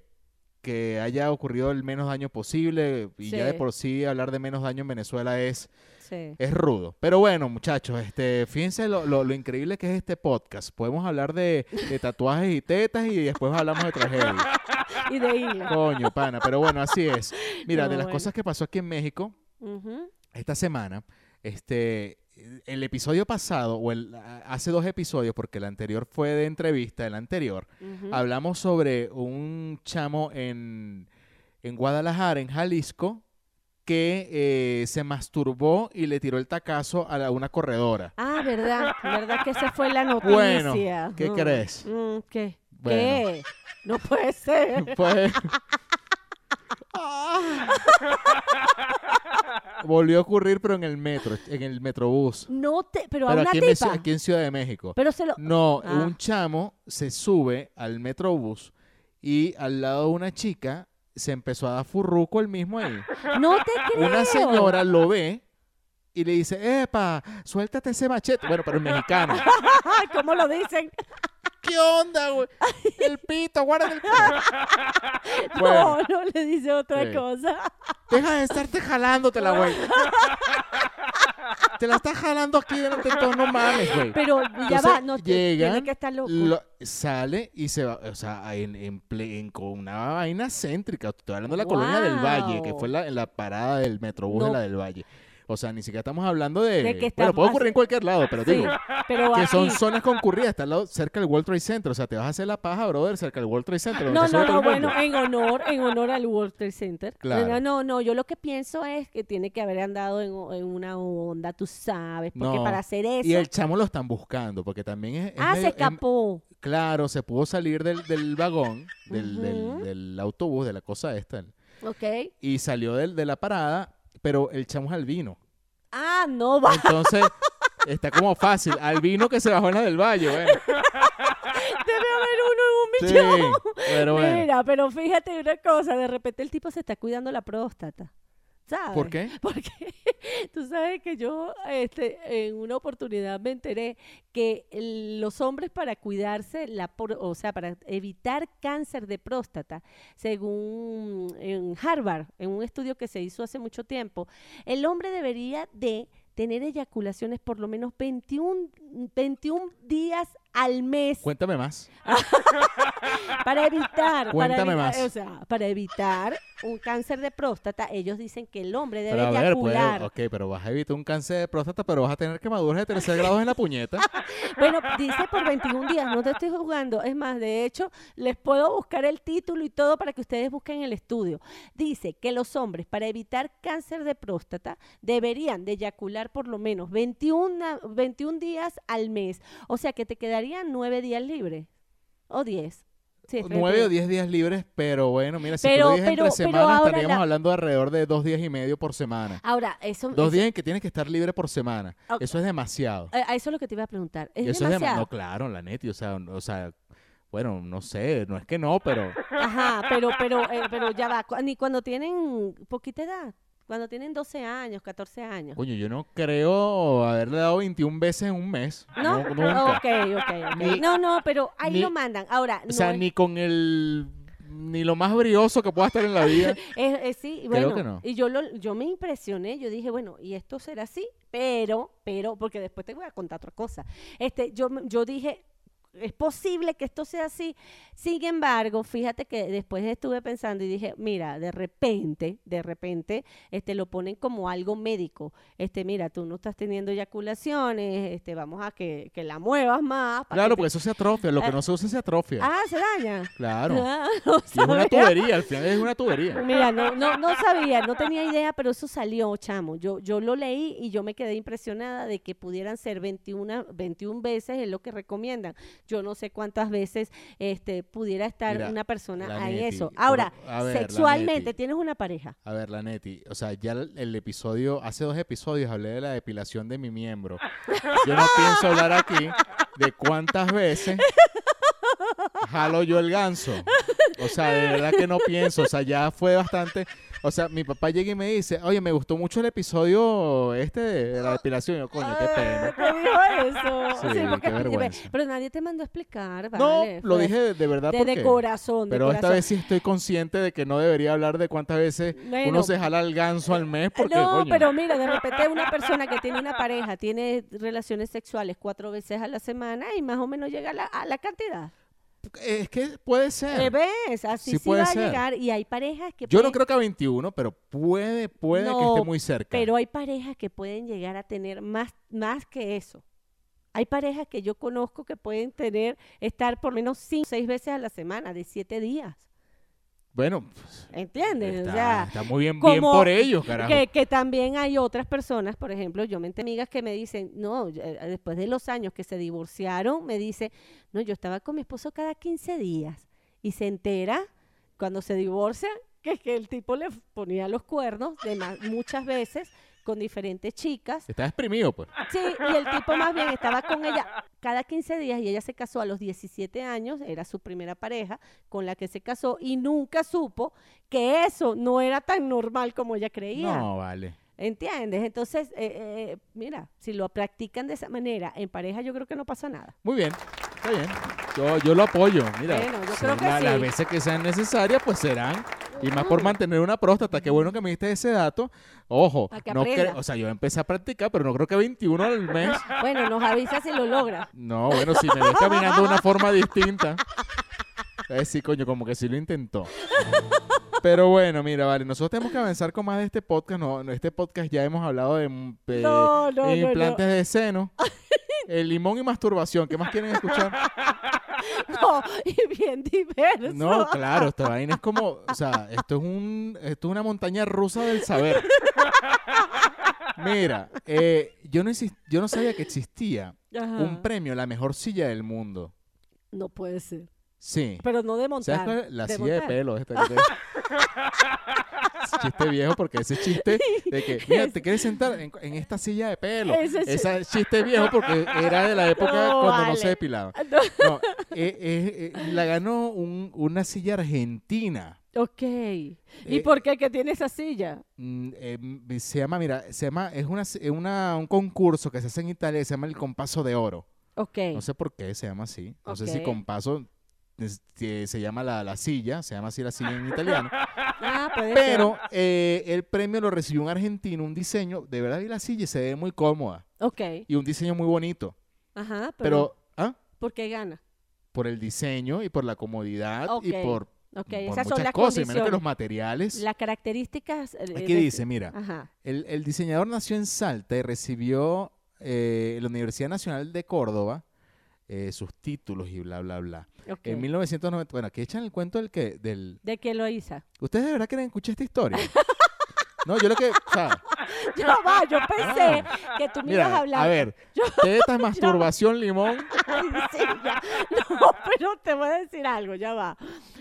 que haya ocurrido el menos daño posible. Y ya de Sí. por sí hablar de menos daño en Venezuela es, Sí. es rudo. Pero bueno, muchachos, este, fíjense lo, lo- lo increíble que es este podcast. Podemos hablar de, de tatuajes y tetas y después hablamos de (laughs) tragedia. Y de isla. Coño, pana. Pero bueno, así es. Mira, No, de las bueno. cosas que pasó aquí en México, Ujú. esta semana, este, el episodio pasado, o el, hace dos episodios, porque el anterior fue de entrevista, el anterior, Ujú. hablamos sobre un chamo en, en Guadalajara, en Jalisco, que eh, se masturbó y le tiró el tacazo a la- una corredora. Ah, verdad, verdad que esa fue la Bueno, noticia. ¿qué Mm, crees? (laughs) mm, ¿Qué? Bueno. ¿Qué? No puede ser. Pues- Ah. (laughs) Volvió a ocurrir, pero en el metro, en el metrobús. No te, pero, Pero a una aquí en, tipa. Mex- aquí en Ciudad de México. Pero se lo. No, Ah. un chamo se sube al metrobús y al lado de una chica se empezó a dar furruco el mismo (laughs) ahí. No (laughs) te creo. Una señora lo ve y le dice, epa, suéltate ese machete. Bueno, pero en (laughs) mexicano. (laughs) Ay, ¿Cómo (laughs) lo dicen? ¿Qué onda, güey? El pito, guarda el pito. No, (laughs) Bueno, no le dice otra Sí. cosa. deja de estarte jalándote la (laughs) güey. Te la estás jalando aquí delante de todo, no mames, güey. Pero ya Ah. Entonces, va, no llegan, tiene que estar loco. Lo- sale y se va, o sea, en, en ple- en- con una vaina céntrica. Estoy hablando de la colonia del Valle, que Guau. fue la, en la parada del Metrobús de No. la del Valle. O sea, ni siquiera estamos hablando de... De que bueno, estamos puede ocurrir hace- en cualquier lado, pero Sí, digo, pero que aquí- son zonas concurridas. Está al lado, cerca del World Trade Center. O sea, te vas a hacer la paja, brother, cerca del World Trade Center. donde No, se sube no, todo no, el mundo. bueno, eh, en honor, en honor al World Trade Center. Claro. No, no, no, yo lo que pienso es que tiene que haber andado en, o- en una onda, tú sabes, porque No. para hacer eso. Y el chamo lo están buscando, porque también es... es ah, medio- se es- escapó. claro, se pudo salir del, del vagón, del, del- Ujú. del autobús, de la cosa esta. Ok. y salió del- de, la parada, pero el chamo es albino. Ah, no (laughs) va. Entonces, está como fácil. Albino que se bajó en la del Valle, (laughs) bueno. Debe haber uno Sí, en un millón. pero bueno. Mira, pero fíjate una cosa, de repente el tipo se está cuidando la próstata. ¿sabes? ¿Por qué? (laughs) Porque tú sabes que yo este, en una oportunidad me enteré que el- los hombres para cuidarse, la, por- o sea, para evitar cáncer de próstata, según en Harvard, en un estudio que se hizo hace mucho tiempo, el hombre debería de tener eyaculaciones por lo menos 21, 21 días al mes Cuéntame más. para evitar, para, Cuéntame evitar más. o sea, para evitar un cáncer de próstata, ellos dicen que el hombre debe Pero a ver, puede- eyacular. ok, pero vas a evitar un cáncer de próstata, pero vas a tener quemaduras de tercer grado en la puñeta. Bueno, dice por 21 días, no te estoy jugando. Es más, de hecho, les puedo buscar el título y todo para que ustedes busquen el estudio. Dice que los hombres, para evitar cáncer de próstata, deberían de eyacular por lo menos 21, na- 21 días al mes. O sea, que te quedarían 9 días libres. O 10. (laughs) Sí, espérate. Nueve o diez días libres, pero bueno, mira, si tú Pero- lo dices entre pero- pero semanas, ahora estaríamos la- Ah, hablando de alrededor de dos días y medio por semana. Ahora, eso, Dos eso- días en que tienes que estar libre por semana. Ah. Eso es demasiado. eh, a- a eso es lo que te iba a preguntar. Es Eso es demasiado. demasiado. No, claro, la neta. O sea, no- o sea, bueno, no sé, no es que no, pero Ajá, pero, pero, eh, pero ya va. cu- Ni cuando tienen poquita edad. Cuando tienen 12 años, 14 años. coño, yo no creo haberle dado 21 veces en un mes. No, Nu- nunca. ok, ok, ok. Ni- no, no, pero ahí ni- lo mandan. Ahora, O sea, no ni con el ni lo más brioso que pueda estar en la (laughs) vida. es, es- es- sí, y Creo bueno, que no. y yo lo, yo me impresioné, yo dije, bueno, y esto será así, pero, pero, porque después te voy a contar otra cosa. Este, yo, me- yo dije, es posible que esto sea así. Sin embargo, fíjate que después estuve pensando y dije, mira, de repente, de repente, este, lo ponen como algo médico. Este, mira, tú no estás teniendo eyaculaciones, este, vamos a que, que la muevas más. para Claro, que porque te- eso se atrofia. Lo que Ah. no se usa se atrofia. Ah, se daña. (laughs) Claro. Ah, no Y es una (laughs) sabía. tubería, al final es una tubería. Mira, no, no, no sabía, no tenía idea, pero eso salió, chamo. Yo, yo lo leí y yo me quedé impresionada de que pudieran ser 21, 21 veces, es lo que recomiendan. Yo no sé cuántas veces este, pudiera estar Mira, una persona la ahí Neti, eso. por- Ahora, a ver, la sexualmente, Neti. tienes una pareja. A ver, la neti, o sea, ya el, el episodio, hace dos episodios hablé de la depilación de mi miembro. Yo no pienso hablar aquí de cuántas veces jalo yo el ganso. O sea, de verdad que no pienso, o sea, ya fue bastante. O sea, mi papá llega y me dice, oye, me gustó mucho el episodio este de la depilación. Y yo, coño, qué Ah, pena. ¿Te dijo eso? Sí, qué vergüenza. pero nadie te mandó a explicar, No, Ah, vale, lo fue dije de, de verdad de, de porque... corazón, de Pero esta corazón. vez sí estoy consciente de que no debería hablar de cuántas veces uno Bueno. se jala el ganso al mes porque, no, coño, pero mira, de repente una persona que tiene una pareja, tiene relaciones sexuales cuatro veces a la semana y más o menos llega a la, a la cantidad. es que puede ser. Eh, ¿Ves? Así Sí sí, puede va ser. a llegar y hay parejas que... Yo no pueden- creo que a 21, pero puede, puede que No, esté muy cerca. Pero hay parejas que pueden llegar a tener más, más que eso. Hay parejas que yo conozco que pueden tener, estar por lo menos cinco, seis veces a la semana, de siete días. bueno, pues, ¿Entiendes? está, o sea, está muy bien, como bien por ellos, carajo. Que, que también hay otras personas, por ejemplo, yo me enteré de amigas que me dicen, no, yo, eh, después de los años que se divorciaron, me dice, no, yo estaba con mi esposo cada 15 días y se entera cuando se divorcia que, que el tipo le ponía los cuernos de más- muchas veces con diferentes chicas. Está exprimido, pues. Sí, y el tipo más bien estaba con ella cada 15 días y ella se casó a los 17 años, era su primera pareja con la que se casó y nunca supo que eso no era tan normal como ella creía. No, vale. ¿Entiendes? Entonces, eh, eh, mira, si lo practican de esa manera en pareja, yo creo que no pasa nada. Muy bien, está bien. Yo, yo lo apoyo, mira. Bueno, yo si creo que la- sí. Las veces que sean necesarias, pues serán. Y más por mantener una próstata. Qué bueno que me diste ese dato. Ojo, Para que no aprenda. creo- o sea, yo empecé a practicar, pero no creo que 21 al mes. Bueno, nos avisa si lo logra. (laughs) No, bueno, si me ves caminando de una forma distinta. Eh, sí, coño, como que sí lo intentó. Pero bueno, mira, vale, nosotros tenemos que avanzar con más de este podcast. No, no, este podcast ya hemos hablado de, mm, de No, no, no, implantes de seno, el limón y masturbación. ¿Qué más quieren escuchar? (laughs) No, y bien diverso. No, claro, esta vaina es como, o sea, esto es un, esto es una montaña rusa del saber. Mira, eh, yo no exis- yo no sabía que existía Ajá. un premio la mejor silla del mundo. No puede ser. Sí. Pero no de montar. ¿Sabes cuál es? La de silla de montar. pelo esta (laughs) que te... Es chiste viejo porque ese chiste de que mira te quieres sentar en, en esta silla de pelo Ese chi- ese chiste viejo porque era de la época No, cuando no vale. se depilaba Ah, No. no, eh, eh, eh, la ganó un- una silla argentina Ok. ¿Y Eh, por qué que tiene esa silla? Mm, eh, m- se llama, mira, se llama, es una, es una- un concurso que se hace en Italia, se llama el Compaso de Oro. Ok. No sé por qué se llama así. No sé si Ok. Compaso este, se llama la, la silla, se llama así la silla en italiano. Ah, puede ser. (laughs) Pero eh, el premio lo recibió un argentino, un diseño, de verdad vi la silla y se ve muy cómoda. Ok. Y un diseño muy bonito. Ajá, pero, Pero, ¿ah? ¿por qué gana? Por el diseño y por la comodidad Ok, y por, Ok, por esas son muchas las cosas, y menos que condiciones. los materiales. Las características... eh, Aquí de- dice, mira, Ajá. El, el diseñador nació en Salta y recibió eh, la Universidad Nacional de Córdoba eh, sus títulos y bla, bla, bla. ok. En 1990, bueno, aquí echan el cuento del que, del... ¿De qué (laughs) lo hizo? ¿Ustedes de verdad quieren escuchar esta (laughs) historia? No, yo lo que... O sea, Ya va, yo pensé que (laughs) tú me ibas a mira, hablar. a ver, (laughs) tetas, masturbación, limón. Sí, ya. No, pero te voy a decir algo, ya va.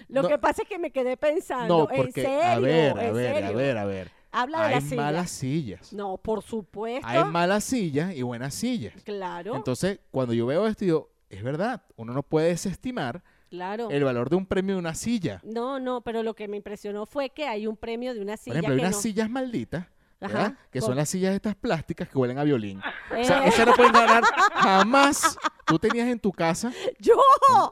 Lo No. que pasa es que me quedé pensando, No, en porque... serio, A ver, a en ver, a serio. ver, a ver. Habla de Hay la silla. malas sillas. No, por supuesto. Hay malas sillas y buenas sillas. Claro, Entonces, cuando yo veo esto, yo... Es verdad, uno no puede desestimar claro. el valor de un premio de una silla. No, no, pero lo que me impresionó fue que hay un premio de una Por silla ejemplo, hay que unas no. sillas malditas, ¿verdad? Ajá, Que por- son las sillas estas plásticas que huelen a violín. O sea, Eh, esas no pueden ganar jamás. Tú tenías en tu casa, (laughs) Yo,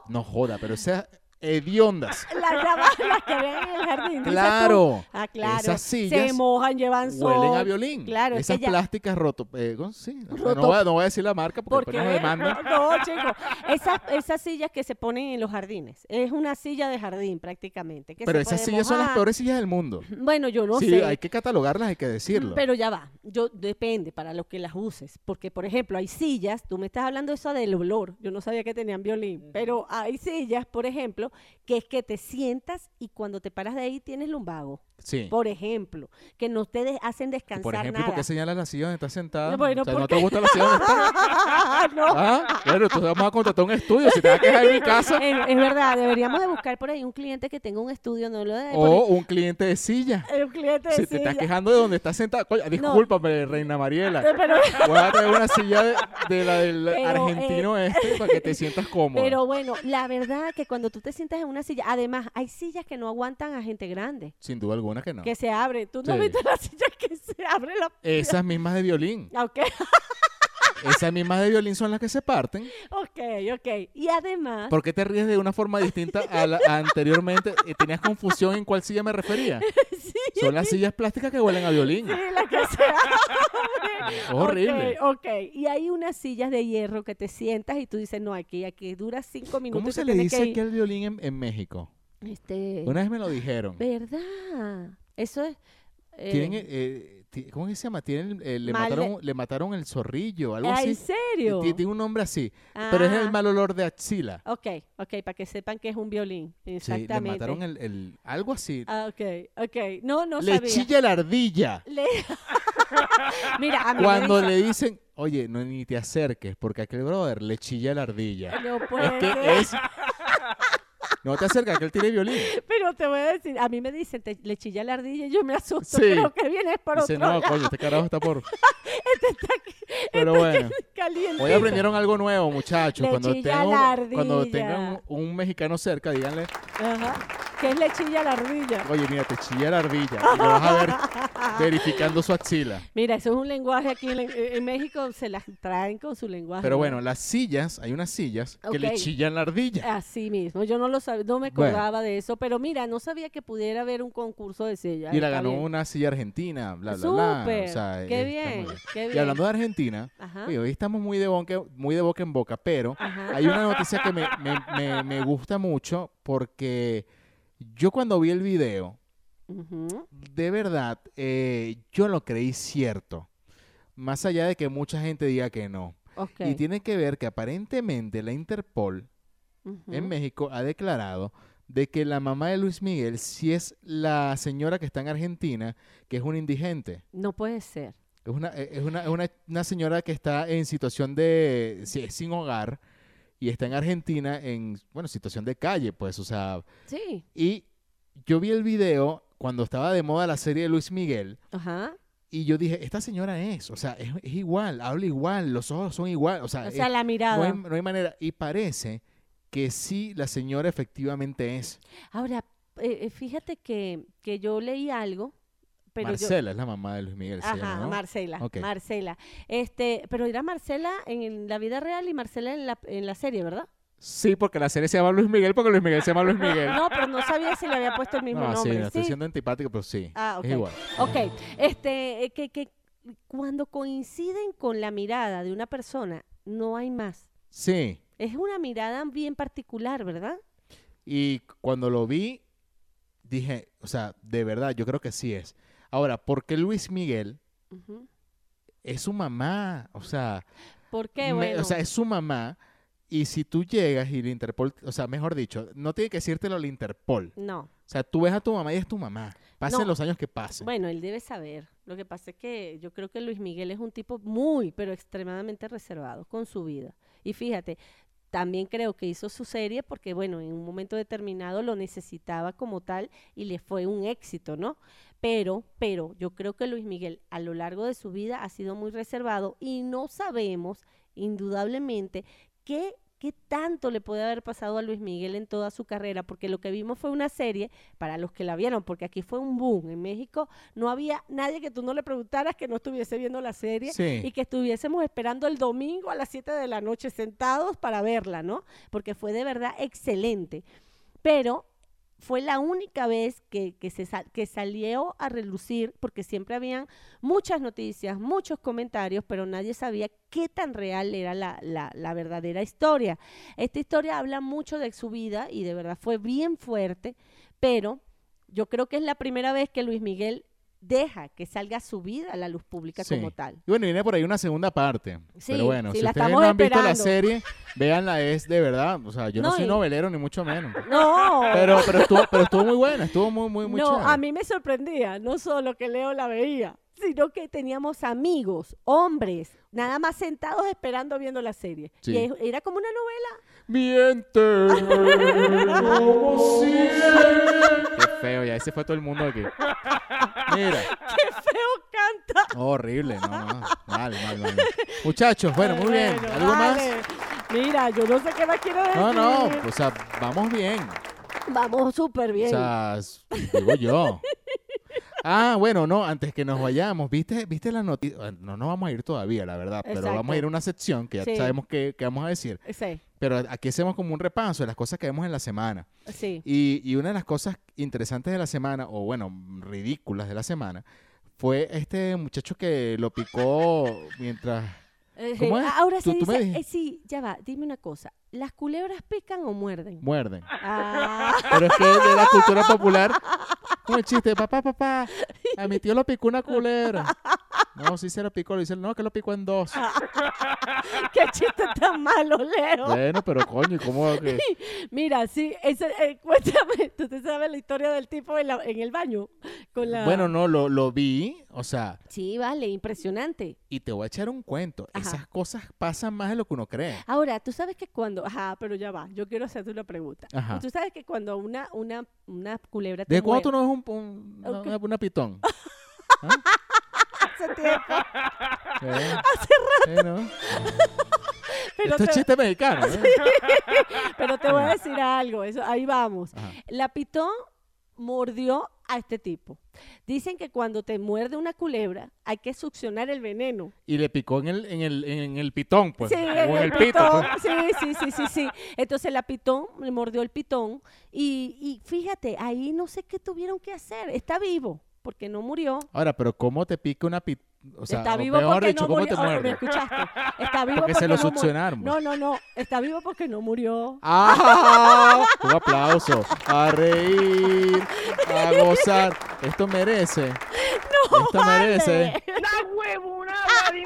no joda, pero esas hediondas. las llamas las que ven en el jardín. dices tú. Claro. Ah, claro. Esas Se sillas mojan, llevan sol. Huelen a violín. Claro, es que Esas ya- plásticas roto. eh, ¿cómo? sí. O sea, Roto- No, voy a, no voy a decir la marca porque Porque después nos (laughs) demandan. no, chicos, esas, esas sillas que se ponen en los jardines, es una silla de jardín prácticamente. que Pero se esas puede sillas son las mojar. peores sillas del mundo. Bueno, yo (laughs) no sí, sé. hay que catalogarlas, hay que decirlo. Mm, Pero ya va, yo depende para lo que las uses, porque por ejemplo hay sillas, tú me estás hablando eso del olor, yo no sabía que tenían violín, pero hay sillas, por ejemplo, que es que te sientas y cuando te paras de ahí tienes lumbago, sí. por ejemplo, que no te de- hacen descansar Por ejemplo, nada. ¿por qué señalas la silla donde estás sentada? No, bueno, o sea, ¿no porque- te gusta la silla donde estás? (laughs) no, Ah, bueno, entonces vamos a contratar un estudio. Si te vas a quejar en mi (laughs) casa, (laughs) es, es verdad, deberíamos de buscar por ahí un cliente que tenga un estudio, no lo de O un cliente de silla. poner- un cliente de Si Oh. te estás silla. quejando de donde estás sentada, coño, discúlpame, Reina Mariela. Pero- Voy a traer una silla de, de la del Pero, eh, argentino este para que te sientas cómodo. Pero bueno, la verdad que cuando tú te sientas en una silla, además hay sillas que no aguantan a gente grande, Sin duda alguna que no. que se abre. ¿Tú no has Sí. visto las sillas que se abre la Esas mismas de violín. Ah, Ok, (laughs) Esas mismas de violín son las que se parten. ok, ok. Y además, (laughs) ¿Por qué te ríes de una forma distinta a la a anteriormente? Eh, ¿Tenías confusión en cuál silla me refería? Son las sillas plásticas que huelen a violín. sí, la que se abre. (laughs) Es horrible. Ok, ok. Y hay unas sillas de hierro que te sientas y tú dices, no, aquí, aquí dura cinco minutos. ¿Cómo y se te le tienes dice que aquí al violín en, en México? ir. Este, Una vez me lo dijeron. ¿Verdad? Eso es... eh, Tienen, eh, eh, ti- ¿Cómo que se llama? Tienen, eh, le, mal de- mataron, le mataron el zorrillo, algo ¿ah, así. ¿En serio? Ti- Tiene un nombre así. Pero es el Ah. mal olor de axila. Ok, ok, para que sepan que es un violín. Sí, Exactamente. le mataron el, el- algo así. Ah, ok, ok. No, no le sabía. chilla la ardilla. Le- (laughs) Mira, a mí me Cuando dice- le dicen, oye, no ni te acerques, porque aquel brother le chilla la ardilla. No puede Es que ser. es. No te acerques, que él tiene violín. Pero te voy a decir, a mí me dicen, te- le chilla la ardilla y yo me asusto. Sí. Creo que vienes por Dice, otro no, lado. Este coño, este carajo está por. Pero bueno. (laughs) Caliente. Hoy aprendieron algo nuevo, muchachos. este Le Cuando chilla tengan, la un- cuando ardilla. tengan un- un mexicano cerca, díganle, Ajá. ¿Qué es le chilla la ardilla? Oye, mira, te chilla la ardilla. Y lo vas a ver (laughs) verificando su axila. Mira, eso es un lenguaje aquí en, en México, se las traen con su lenguaje. Pero bueno, las sillas, hay unas sillas que le Ok. chillan la ardilla. Así mismo, yo no lo sabía, no me Bueno. acordaba de eso, pero mira, no sabía que pudiera haber un concurso de silla. Y la Eh, está ganó bien. una silla argentina, bla, bla, bla. Súper, O sea, qué está muy bien, qué bien. Y hablando de Argentina, Ajá. oye, hoy estamos muy de, bonque- muy de boca en boca, pero Ajá. hay una noticia que me, me- me- me gusta mucho porque yo cuando vi el video, Ujú. de verdad, eh, yo lo creí cierto. Más allá de que mucha gente diga que no. Ok. Y tiene que ver que aparentemente la Interpol Ujú. en México ha declarado de que la mamá de Luis Miguel sí es la señora que está en Argentina, que es una indigente. No puede ser. Es una, eh, es una, es una- una señora que está en situación de si- es sin hogar y está en Argentina en, bueno, situación de calle, pues, o sea. Sí. Y yo vi el video cuando estaba de moda la serie de Luis Miguel Ajá. y yo dije, esta señora es, o sea, es, es igual, habla igual, los ojos son igual, o sea, O sea, Ah, es- la no, mirada. hay, no hay manera. Y parece que sí, la señora efectivamente es. Ahora, eh, fíjate que, que yo leí algo, pero yo- Marcela es la mamá de Luis Miguel. se llama, Ajá, ¿no? Marcela, Ok. Marcela. Este, pero era Marcela en el- la vida real y Marcela en la, en la serie, ¿verdad? Sí, porque la serie se llama Luis Miguel porque Luis Miguel se llama Luis Miguel. No, pero no sabía si le había puesto el mismo No, sí, nombre. no, estoy Sí. siendo antipático, pero sí. Ah, Es ok. igual. Ok, este, eh, que, que cuando coinciden con la mirada de una persona, no hay más. Sí. Es una mirada bien particular, ¿verdad? Y cuando lo vi, dije, o sea, de verdad, yo creo que sí es. Ahora, ¿por qué Luis Miguel Ujú. es su mamá? O sea, ¿Por qué? me- Bueno, o sea, es su mamá. Y si tú llegas y el Interpol, o sea, mejor dicho, no tiene que decírtelo al Interpol. no. O sea, tú ves a tu mamá y es tu mamá. Pasen No. los años que pasen. Bueno, él debe saber. Lo que pasa es que yo creo que Luis Miguel es un tipo muy, pero extremadamente reservado con su vida. Y fíjate, también creo que hizo su serie porque, bueno, en un momento determinado lo necesitaba como tal y le fue un éxito, ¿no? Pero, pero yo creo que Luis Miguel a lo largo de su vida ha sido muy reservado y no sabemos, indudablemente, qué, qué tanto le puede haber pasado a Luis Miguel en toda su carrera, porque lo que vimos fue una serie, para los que la vieron, porque aquí fue un boom, en México no había nadie que tú no le preguntaras que no estuviese viendo la serie Sí. y que estuviésemos esperando el domingo a las 7 de la noche sentados para verla, ¿no? Porque fue de verdad excelente. Pero fue la única vez que, que, se sa- que salió a relucir, porque siempre habían muchas noticias, muchos comentarios, pero nadie sabía qué tan real era la, la- la verdadera historia. Esta historia habla mucho de su vida y de verdad fue bien fuerte, pero yo creo que es la primera vez que Luis Miguel deja que salga su vida a la luz pública Sí. como tal. Y bueno, y viene por ahí una segunda parte. Sí, pero bueno, sí, si la ustedes no estamos han visto la esperando. serie, véanla, es de verdad. O sea, yo no, No, soy y- novelero ni mucho menos. No, Pero, pero, estuvo, pero estuvo muy buena, estuvo muy, muy, muy no, chévere. a mí me sorprendía, no solo que Leo la veía, sino que teníamos amigos, hombres, nada más sentados esperando viendo la serie. Sí. Y es- era como una novela. (laughs) Miente, como siempre. Qué feo, ya ese fue todo el mundo aquí. Mira, Oh, ¡Qué feo canta! horrible, no, no, mal, mal, mal. Muchachos, bueno, muy bien. Bueno, ¿Algo más? vale. Mira, yo no sé qué más quiero decir. No, no, o sea, vamos bien. Vamos súper bien. O sea, s- digo yo. Ah, bueno, no, antes que nos vayamos, ¿viste, viste las noticias? No nos vamos a ir todavía, la verdad, pero Exacto. vamos a ir a una sección que ya Sí. sabemos qué, qué vamos a decir. Eh, sí, Pero aquí hacemos como un repaso de las cosas que vemos en la semana. sí. Y, y una de las cosas interesantes de la semana, o bueno, ridículas de la semana, fue este muchacho que lo picó mientras... Eh, ¿Cómo es? Ahora Tú- se tú me dice, dijiste. eh, sí, ya va, dime una cosa, ¿las culebras pican o muerden? (laughs) Muerden. Ah, Pero es que de la cultura popular, como el chiste, papá, papá, a mi tío lo picó una culebra. No, sí se lo picó, le dice, no, que lo picó en dos. qué chiste tan malo, Leo. Bueno, pero coño, ¿y ¿cómo que? Mira, sí, esa, eh, (laughs) cuéntame, ¿tú te sabes la historia del tipo en, la- en el baño? Con la... Bueno, no, lo, lo vi, o sea, Sí, vale, impresionante. y te voy a echar un cuento. Ajá. Esas cosas pasan más de lo que uno cree. Ahora, tú sabes que cuando, ajá, pero ya va, yo quiero hacerte una pregunta. Ajá. Tú sabes que cuando una, una, una culebra te ¿De cuándo tú muerde- no ves un, un- una, Ok. una- una (laughs) pitón? hace tiempo, (laughs) Hace rato. pero, Esto es te, chiste mexicano. ¿eh? pero te voy a decir algo, eso, ahí vamos. Ajá. La pitón mordió a este tipo. Dicen que cuando te muerde una culebra hay que succionar el veneno. Y le picó en el, en el, en el pitón, pues. Sí, o en el pito. pitón. pues. Sí, sí, sí, sí, sí. Entonces la pitón le mordió el pitón y, y fíjate, ahí no sé qué tuvieron que hacer. Está vivo porque no murió. Ahora, pero ¿cómo te pica una pitón? O sea, está o vivo peor porque dicho, no ¿cómo murió. te Oh, ¿Me muerde? escuchaste? Está vivo Porque porque, se lo no murió. succionaron. No, no, no. Está vivo porque no murió. (laughs) ¡Ah! Un aplauso. A reír, a gozar. Esto merece. Esto merece. (laughs) ¡Una huevonada de mí!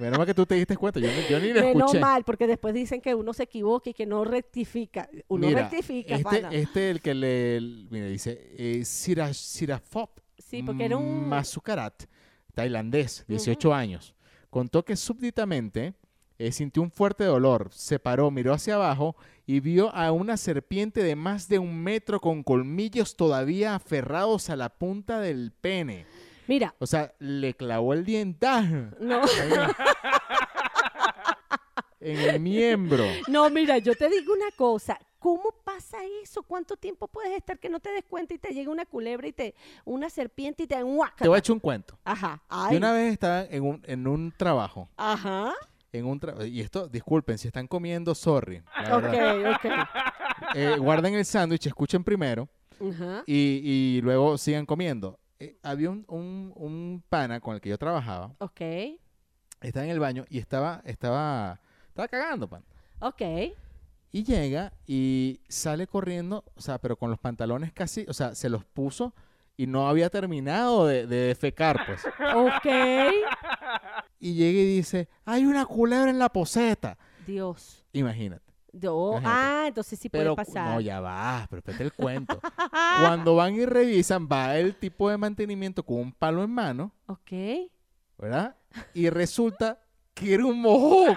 Menos mal que tú te diste cuenta. Yo, ni- yo ni lo Menos escuché. mal, porque después dicen que uno se equivoca y que no rectifica. Uno Mira, rectifica, pana. este, este el que le, el- mira, dice eh, Sira- Sirafop Sí, porque era un- Masukarat, Mm, tailandés, 18 años. Contó que súbitamente eh, sintió un fuerte dolor, se paró, miró hacia abajo y vio a una serpiente de más de un metro con colmillos todavía aferrados a la punta del pene. Mira, O sea, le clavó el dientaje no. en el miembro. (laughs) No, mira, yo te digo una cosa. ¿Cómo pasa eso? ¿Cuánto tiempo puedes estar que no te des cuenta y te llega una culebra y te, una serpiente y te Te voy a ¡guácala! echar un cuento. Ajá. Yo Ay. una vez estaba en un, en un trabajo, Ajá. en un tra- y esto, disculpen, si están comiendo, sorry. la Ok, verdad. ok. Eh, guarden el sándwich, escuchen primero Ajá. y, y luego sigan comiendo. Eh, había un, un- un pana con el que yo trabajaba, Ok. estaba en el baño y estaba, estaba, estaba cagando, pan. Ok. Y llega y sale corriendo, o sea, pero con los pantalones casi, o sea, se los puso y no había terminado de, de defecar, pues. Ok. Y llega y dice, hay una culebra en la poseta. Dios. Imagínate. Yo- Imagínate. ah, entonces sí puede Pero, pasar. no, ya va, pero espérate el (laughs) cuento. Cuando van y revisan, va el tipo de mantenimiento con un palo en mano, Ok. ¿verdad? Y resulta que era un mojón.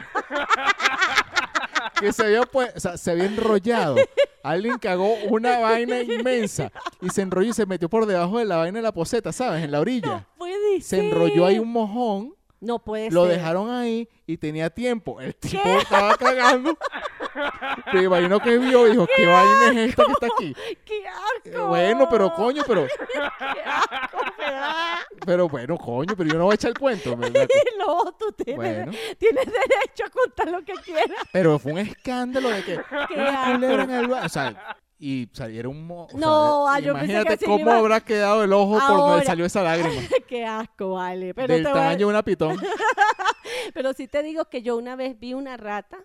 que se había, pues, o sea, se había enrollado. Alguien cagó una vaina inmensa y se enrolló y se metió por debajo de la vaina de la poseta, ¿sabes? En la orilla. Puede Se enrolló ahí ser. un mojón, No puede lo ser. dejaron ahí y tenía tiempo. El tipo estaba cagando. Me imagino que vio y dijo, ¿qué vaina es esta que está aquí? ¡Qué Eh, asco! Bueno, pero coño, pero, ¡Qué asco, me da! pero bueno, coño, pero yo no voy a echar el cuento. me- me- No, tú tienes, Bueno. tienes derecho a contar lo que quieras. Pero fue un escándalo de que (laughs) ¡Qué una asco! culebra en el ba- O sea, y saliera un mo... o sea, No, ah, yo pensé que imagínate así cómo iba. habrá quedado el ojo por Ahora. donde salió esa lágrima. ¡Qué asco, vale! (laughs) Pero, del te voy a- tamaño de una pitón. pero sí te digo que yo una vez vi una rata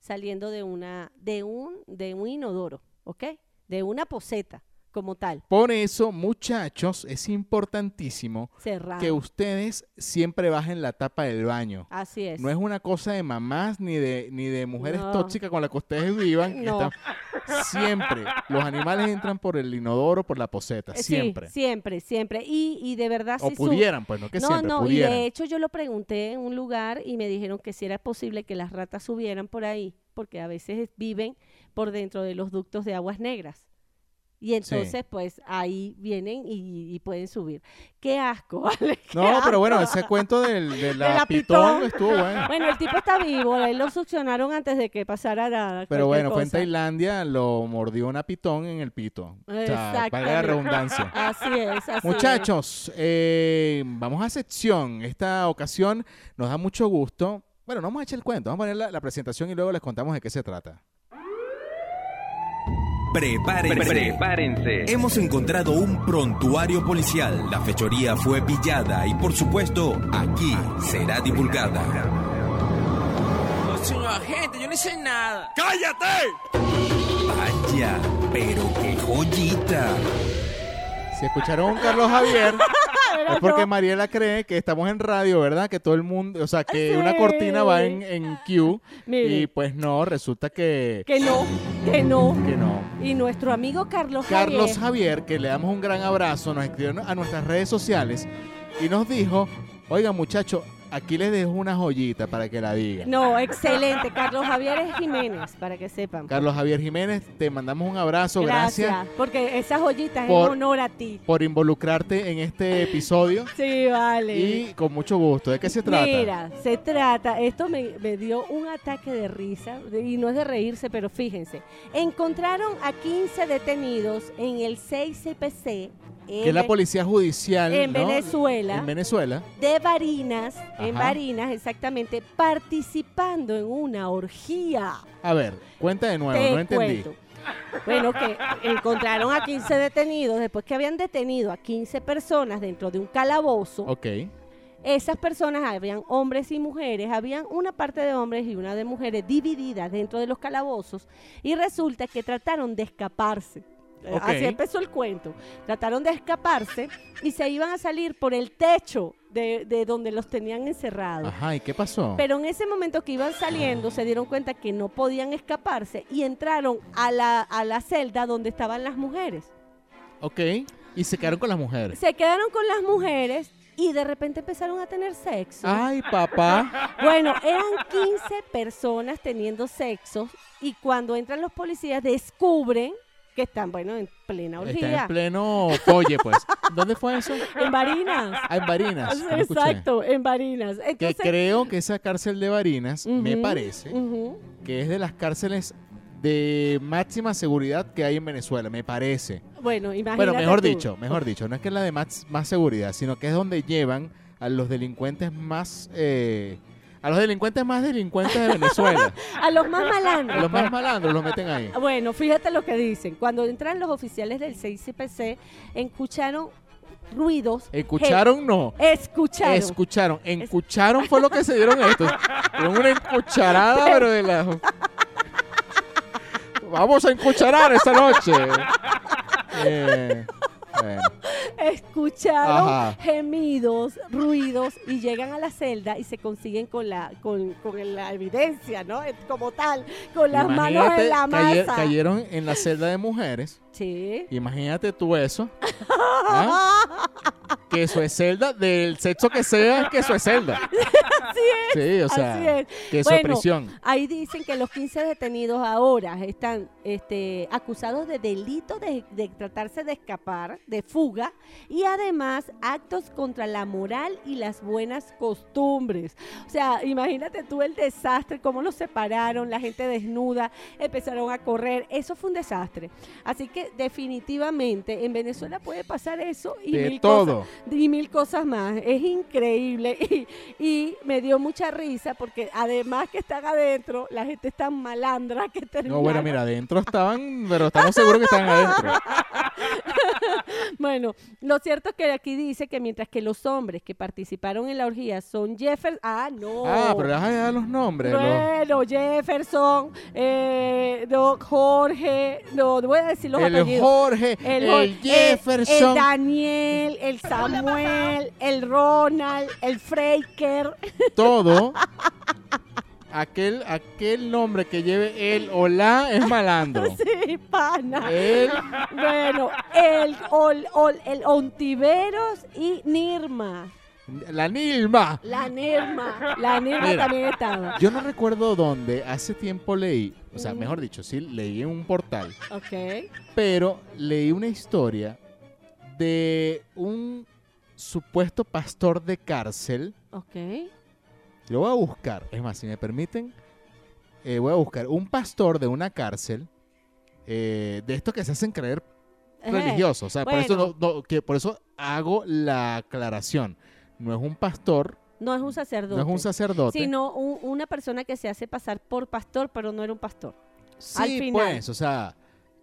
saliendo de, una, de, un, de un inodoro, ¿ok? De una poseta, como tal, Por eso, muchachos, es importantísimo cerrada. que ustedes siempre bajen la tapa del baño. Así Ah, es. No es una cosa de mamás ni de, ni de mujeres No. tóxicas con las que ustedes vivan. que (laughs) No. están- Siempre. Los animales entran por el inodoro, por la poseta. Eh, sí, Siempre. siempre, siempre. Y, y de verdad, O si su- pudieran, pues no que no, siempre, no, pudieran. y de hecho yo lo pregunté en un lugar y me dijeron que si era posible que las ratas subieran por ahí, porque a veces viven por dentro de los ductos de aguas negras. Y entonces, pues ahí vienen y, y pueden subir. Qué asco, (laughs) ¿vale? Qué No, pero bueno, asco. ese cuento (laughs) del, de la, la pitón, pitón. estuvo bueno. Bueno, el tipo está vivo, a él lo succionaron antes de que pasara nada. Pero cualquier bueno, fue en cosa. Tailandia, lo mordió una pitón en el pito. O sea, valga la Exactamente. (laughs) redundancia. Así es, así es. Muchachos, eh, vamos a sección. Esta ocasión nos da mucho gusto. Bueno, no vamos a echar el cuento, vamos a poner la, la presentación y luego les contamos de qué se trata. Prepárense. Prepárense. Hemos encontrado un prontuario policial. La fechoría fue pillada y, por supuesto, aquí será divulgada. Señor agente, yo no hice nada. ¡Cállate! Vaya, pero qué joyita. Si escucharon a Carlos (laughs) Javier, Pero es porque no, Mariela cree que estamos en radio, ¿verdad? Que todo el mundo, o sea, que una Sí. cortina va en, en Q. Mire. Y pues no, resulta que, que no, que no. que no. Y nuestro amigo Carlos, Carlos Javier, Javier, que le damos un gran abrazo, nos escribió a nuestras redes sociales y nos dijo, oiga muchachos, aquí les dejo una joyita para que la digan. No, excelente. Carlos Javier es Jiménez, para que sepan. Carlos Javier Jiménez, te mandamos un abrazo, gracias, Porque esas joyitas es Por- en honor a ti. por involucrarte en este episodio Sí, vale. y con mucho gusto. ¿De qué se trata? Mira, se trata, esto me, me dio un ataque de risa, de- y no es de reírse, pero fíjense. Encontraron a 15 detenidos en el 6CPC que es la policía judicial en ¿no? Venezuela. En Venezuela. de Barinas, en Ajá. Barinas exactamente, participando en una orgía. A ver, cuenta de nuevo, Te no entendí. cuento. Bueno, que encontraron a 15 detenidos después que habían detenido a 15 personas dentro de un calabozo. Ok, Esas personas habían hombres y mujeres, habían una parte de hombres y una de mujeres divididas dentro de los calabozos y resulta que trataron de escaparse. Eh, Ok. Así empezó el cuento. Trataron de escaparse y se iban a salir por el techo de, de donde los tenían encerrados. ajá, ¿y qué pasó? Pero en ese momento que iban saliendo, se dieron cuenta que no podían escaparse y entraron a la, a la celda donde estaban las mujeres. Ok, y se quedaron con las mujeres. Se quedaron con las mujeres y de repente empezaron a tener sexo. Ay, papá. Bueno, eran 15 personas teniendo sexo y cuando entran los policías descubren que están, bueno, en plena Está orgía. en pleno polle, pues. ¿Dónde fue eso? En Barinas. Ah, en Barinas. yo lo escuché. Exacto, en Barinas. Que Entonces, creo que esa cárcel de Barinas, me Ujú, parece, ujú. que es de las cárceles de máxima seguridad que hay en Venezuela, me parece. Bueno, imagínate. Bueno, mejor tú. dicho, mejor dicho, no es que es la de más, más seguridad, sino que es donde llevan a los delincuentes más... eh, a los delincuentes más delincuentes de (laughs) Venezuela. A los más a malandros. los más malandros los meten ahí. Bueno, fíjate lo que dicen. Cuando entran los oficiales del 6CPC, escucharon ruidos. Escucharon, no. Eh, Escucharon. Escucharon. Escucharon fue lo que se dieron estos. Con una encucharada, pero de la... Vamos a encucharar esta noche. Eh, bueno. Escucharon Ajá. gemidos, ruidos y llegan a la celda y se consiguen con la con, con la evidencia, ¿no? Es Como tal, con las manos Imagínate, en la masa. cayer- cayeron en la celda de mujeres. Sí. Imagínate tú eso. ¿ah? Que eso es celda, del sexo que sea, que eso es celda. (laughs) Sí, o sea, así es. que eso es Bueno, prisión. Ahí dicen que los 15 detenidos ahora están este, acusados de delito de, de tratarse de escapar, de fuga, y además actos contra la moral y las buenas costumbres. O sea, imagínate tú el desastre, cómo los separaron, la gente desnuda, empezaron a correr. Eso fue un desastre. Así que definitivamente en Venezuela puede pasar eso y De mil cosas todo. y mil cosas más. Es increíble (laughs) y, y me dio mucha risa porque además que están adentro, la gente está malandra que termina. No, bueno, mira, adentro estaban, pero estamos seguros que estaban adentro. Bueno, lo cierto es que aquí dice que mientras que los hombres que participaron en la orgía son Jefferson. Ah, no. Ah, pero vas a dar los nombres. los- Bueno, Jefferson, eh, no, Jorge, no, no voy a decir los el apellidos. Jorge, el, Jorge, el, Jefferson. (laughs) Daniel, el Samuel, el Ronald, el Freiker. todo. Aquel, aquel nombre que lleve el o la es malandro. (laughs) Sí, Eh, pana. El Bueno, el, ol- ol- el Ontiveros y Nirma. La Nilma. La Nirma. La Nirma Mira. también estaba. Yo no recuerdo dónde, hace tiempo leí, o sea, mejor dicho, sí, leí en un portal, Ok. pero leí una historia de un supuesto pastor de cárcel. Ok. Lo voy a buscar, es más, si me permiten, eh, voy a buscar un pastor de una cárcel, eh, de estos que se hacen creer Ajá. religioso. O sea, por, eso bueno. no- no- que por eso hago la aclaración. No es un pastor, Eh, No es un sacerdote. no es un sacerdote. Sino un- una persona que se hace pasar por pastor, pero no era un pastor. sí, al final. pues, o sea,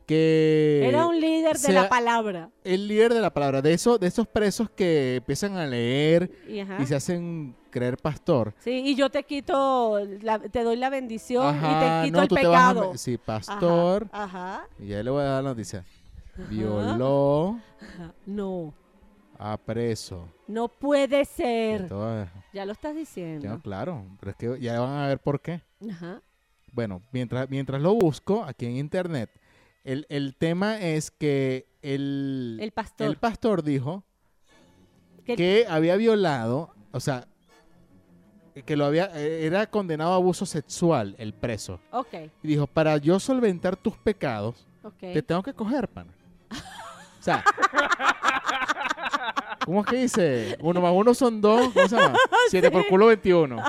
que era un líder de sea- la palabra. el líder de la palabra, de, eso, de esos presos que empiezan a leer Y, ajá. y se hacen creer pastor. Sí, y yo te quito, la- te doy la bendición Ajá, y te quito no, el tú te vas a pecado. me- Sí, Ajá, pastor. Ajá, Y ya le voy a dar la noticia. Violó ajá. No, a preso. no puede Y ser. todo- eh, Ya lo estás diciendo. ya, claro, pero es que ya van a ver por qué. Ajá. Bueno, mientras, mientras lo busco aquí en internet, el, el tema es que el, El pastor. el pastor dijo Que- que había violado, o sea, que lo había, eh, era condenado a abuso sexual el preso. Ok, Y dijo, para yo solventar tus pecados, ok. te tengo que coger, pana. O sea, ¿cómo es que dice? Uno más uno son dos, ¿cómo se (laughs) llama? Siete por culo, veintiuno.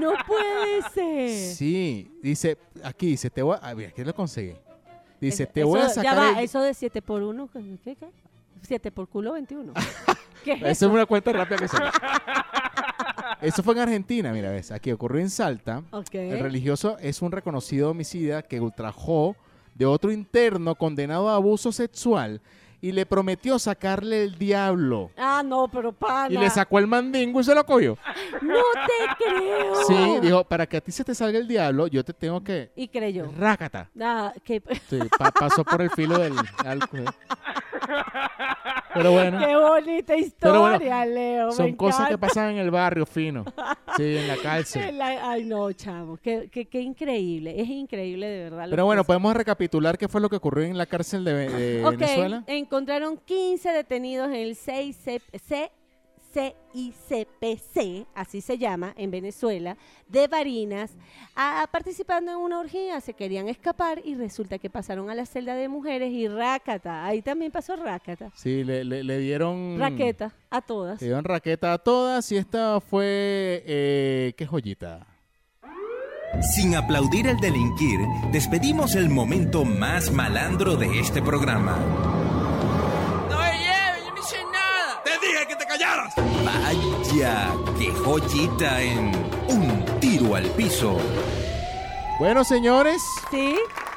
No puede ser. Sí, dice, aquí dice, te voy a. ah, mira, aquí lo conseguí. Dice, Eso- te voy a eso- sacar. Ya va, el- (laughs) eso de 7 por 1, ¿qué? qué? 7 por (laughs) culo 21. ¿Qué es Esa es eso? una cuenta rápida que se. Eso fue en Argentina, mira, ves. Aquí ocurrió en Salta. Ok. El religioso es un reconocido homicida que ultrajó de otro interno condenado a abuso sexual y le prometió sacarle el diablo. Ah, no, pero pana. Y le sacó el mandingo y se lo cogió. No te creo. Sí, dijo, para que a ti se te salga el diablo, yo te tengo que... Y creyó. Rácata. Ah, (laughs) que, Sí, pa- pasó por el filo del alcohol. Pero bueno, qué bonita Pero bueno, historia, Leo. son me cosas que encanta. pasan en el barrio fino. Sí, en la cárcel. La- Ay, no, chavo. Qué, qué, qué increíble. Es increíble, de verdad. lo Pero que bueno, es. podemos recapitular qué fue lo que ocurrió en la cárcel de, Ve- de Ok, Venezuela. encontraron 15 detenidos en el 6 CICPC, así se llama en Venezuela, de Barinas, a- participando en una orgía, se querían escapar y resulta que pasaron a la celda de mujeres y rácata, ahí también pasó rácata, Sí, le, le- le dieron... raqueta a todas. Le dieron raqueta a todas y esta fue... eh, ¿Qué joyita? Sin aplaudir el delinquir, despedimos el momento más malandro de este programa. No me lleves, yo no hice nada. ¡Te dije que te callaras! Vaya, qué joyita en Un tiro al piso. Bueno, señores, Sí,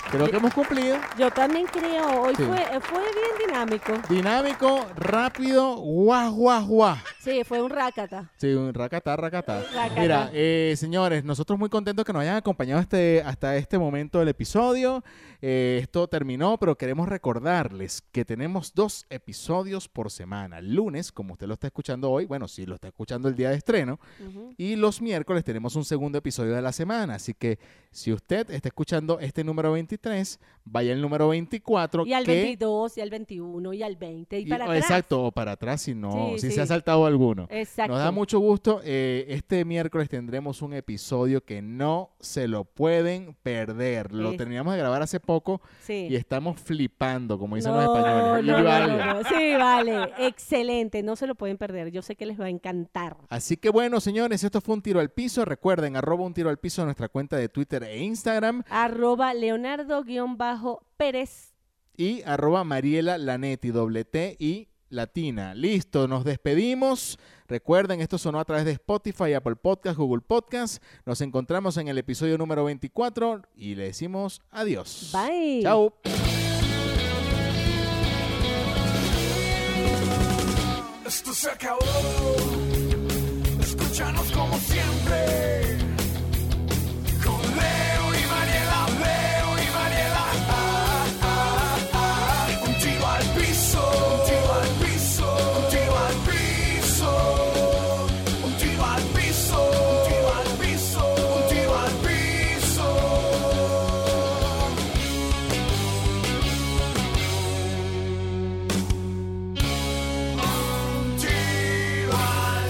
creo que hemos cumplido. yo también creo. Hoy Sí. fue, fue bien dinámico. Dinámico, rápido, guau, guau, guau. Sí, fue un rácata. Sí, un racatá, racatá. Racatá. Mira, eh, señores, nosotros muy contentos que nos hayan acompañado este, hasta este momento del episodio. Eh, esto terminó, pero queremos recordarles que tenemos dos episodios por semana. Lunes, como usted lo está escuchando hoy, bueno, si lo está escuchando el día de estreno, Ujú. y los miércoles tenemos un segundo episodio de la semana. Así que si usted está escuchando este número 23, vaya al número 24. Y al que- 22, y al 21, y al 20, y, y- para oh, atrás. Exacto, o para atrás si no, Sí, si sí. se ha saltado alguno. Exacto. Nos da mucho gusto. eh, este miércoles tendremos un episodio que no se lo pueden perder. Lo Es- terminamos de grabar hace poco Sí. y estamos flipando, como dicen No, los españoles. no, Y no, vale. no, no. Sí, vale. Excelente. No se lo pueden perder. Yo sé que les va a encantar. Así que bueno, señores, esto fue un tiro al piso. Recuerden, arroba un tiro al piso en nuestra cuenta de Twitter e Instagram Arroba Leonardo-Pérez. y arroba Mariela Lanetti, doble T y Latina. Listo, nos despedimos. Recuerden, esto sonó a través de Spotify, Apple Podcast, Google Podcast. Nos encontramos en el episodio número 24 y le decimos adiós. Bye. Chao. Esto se acabó. Escúchanos como siempre. Con Leo y Mariela, Leo y Mariela. Ah, ah, ah. Un tiro al piso, un tiro al piso, un tiro al piso. Un tiro al piso, un tiro al piso, un tiro al piso. tiro al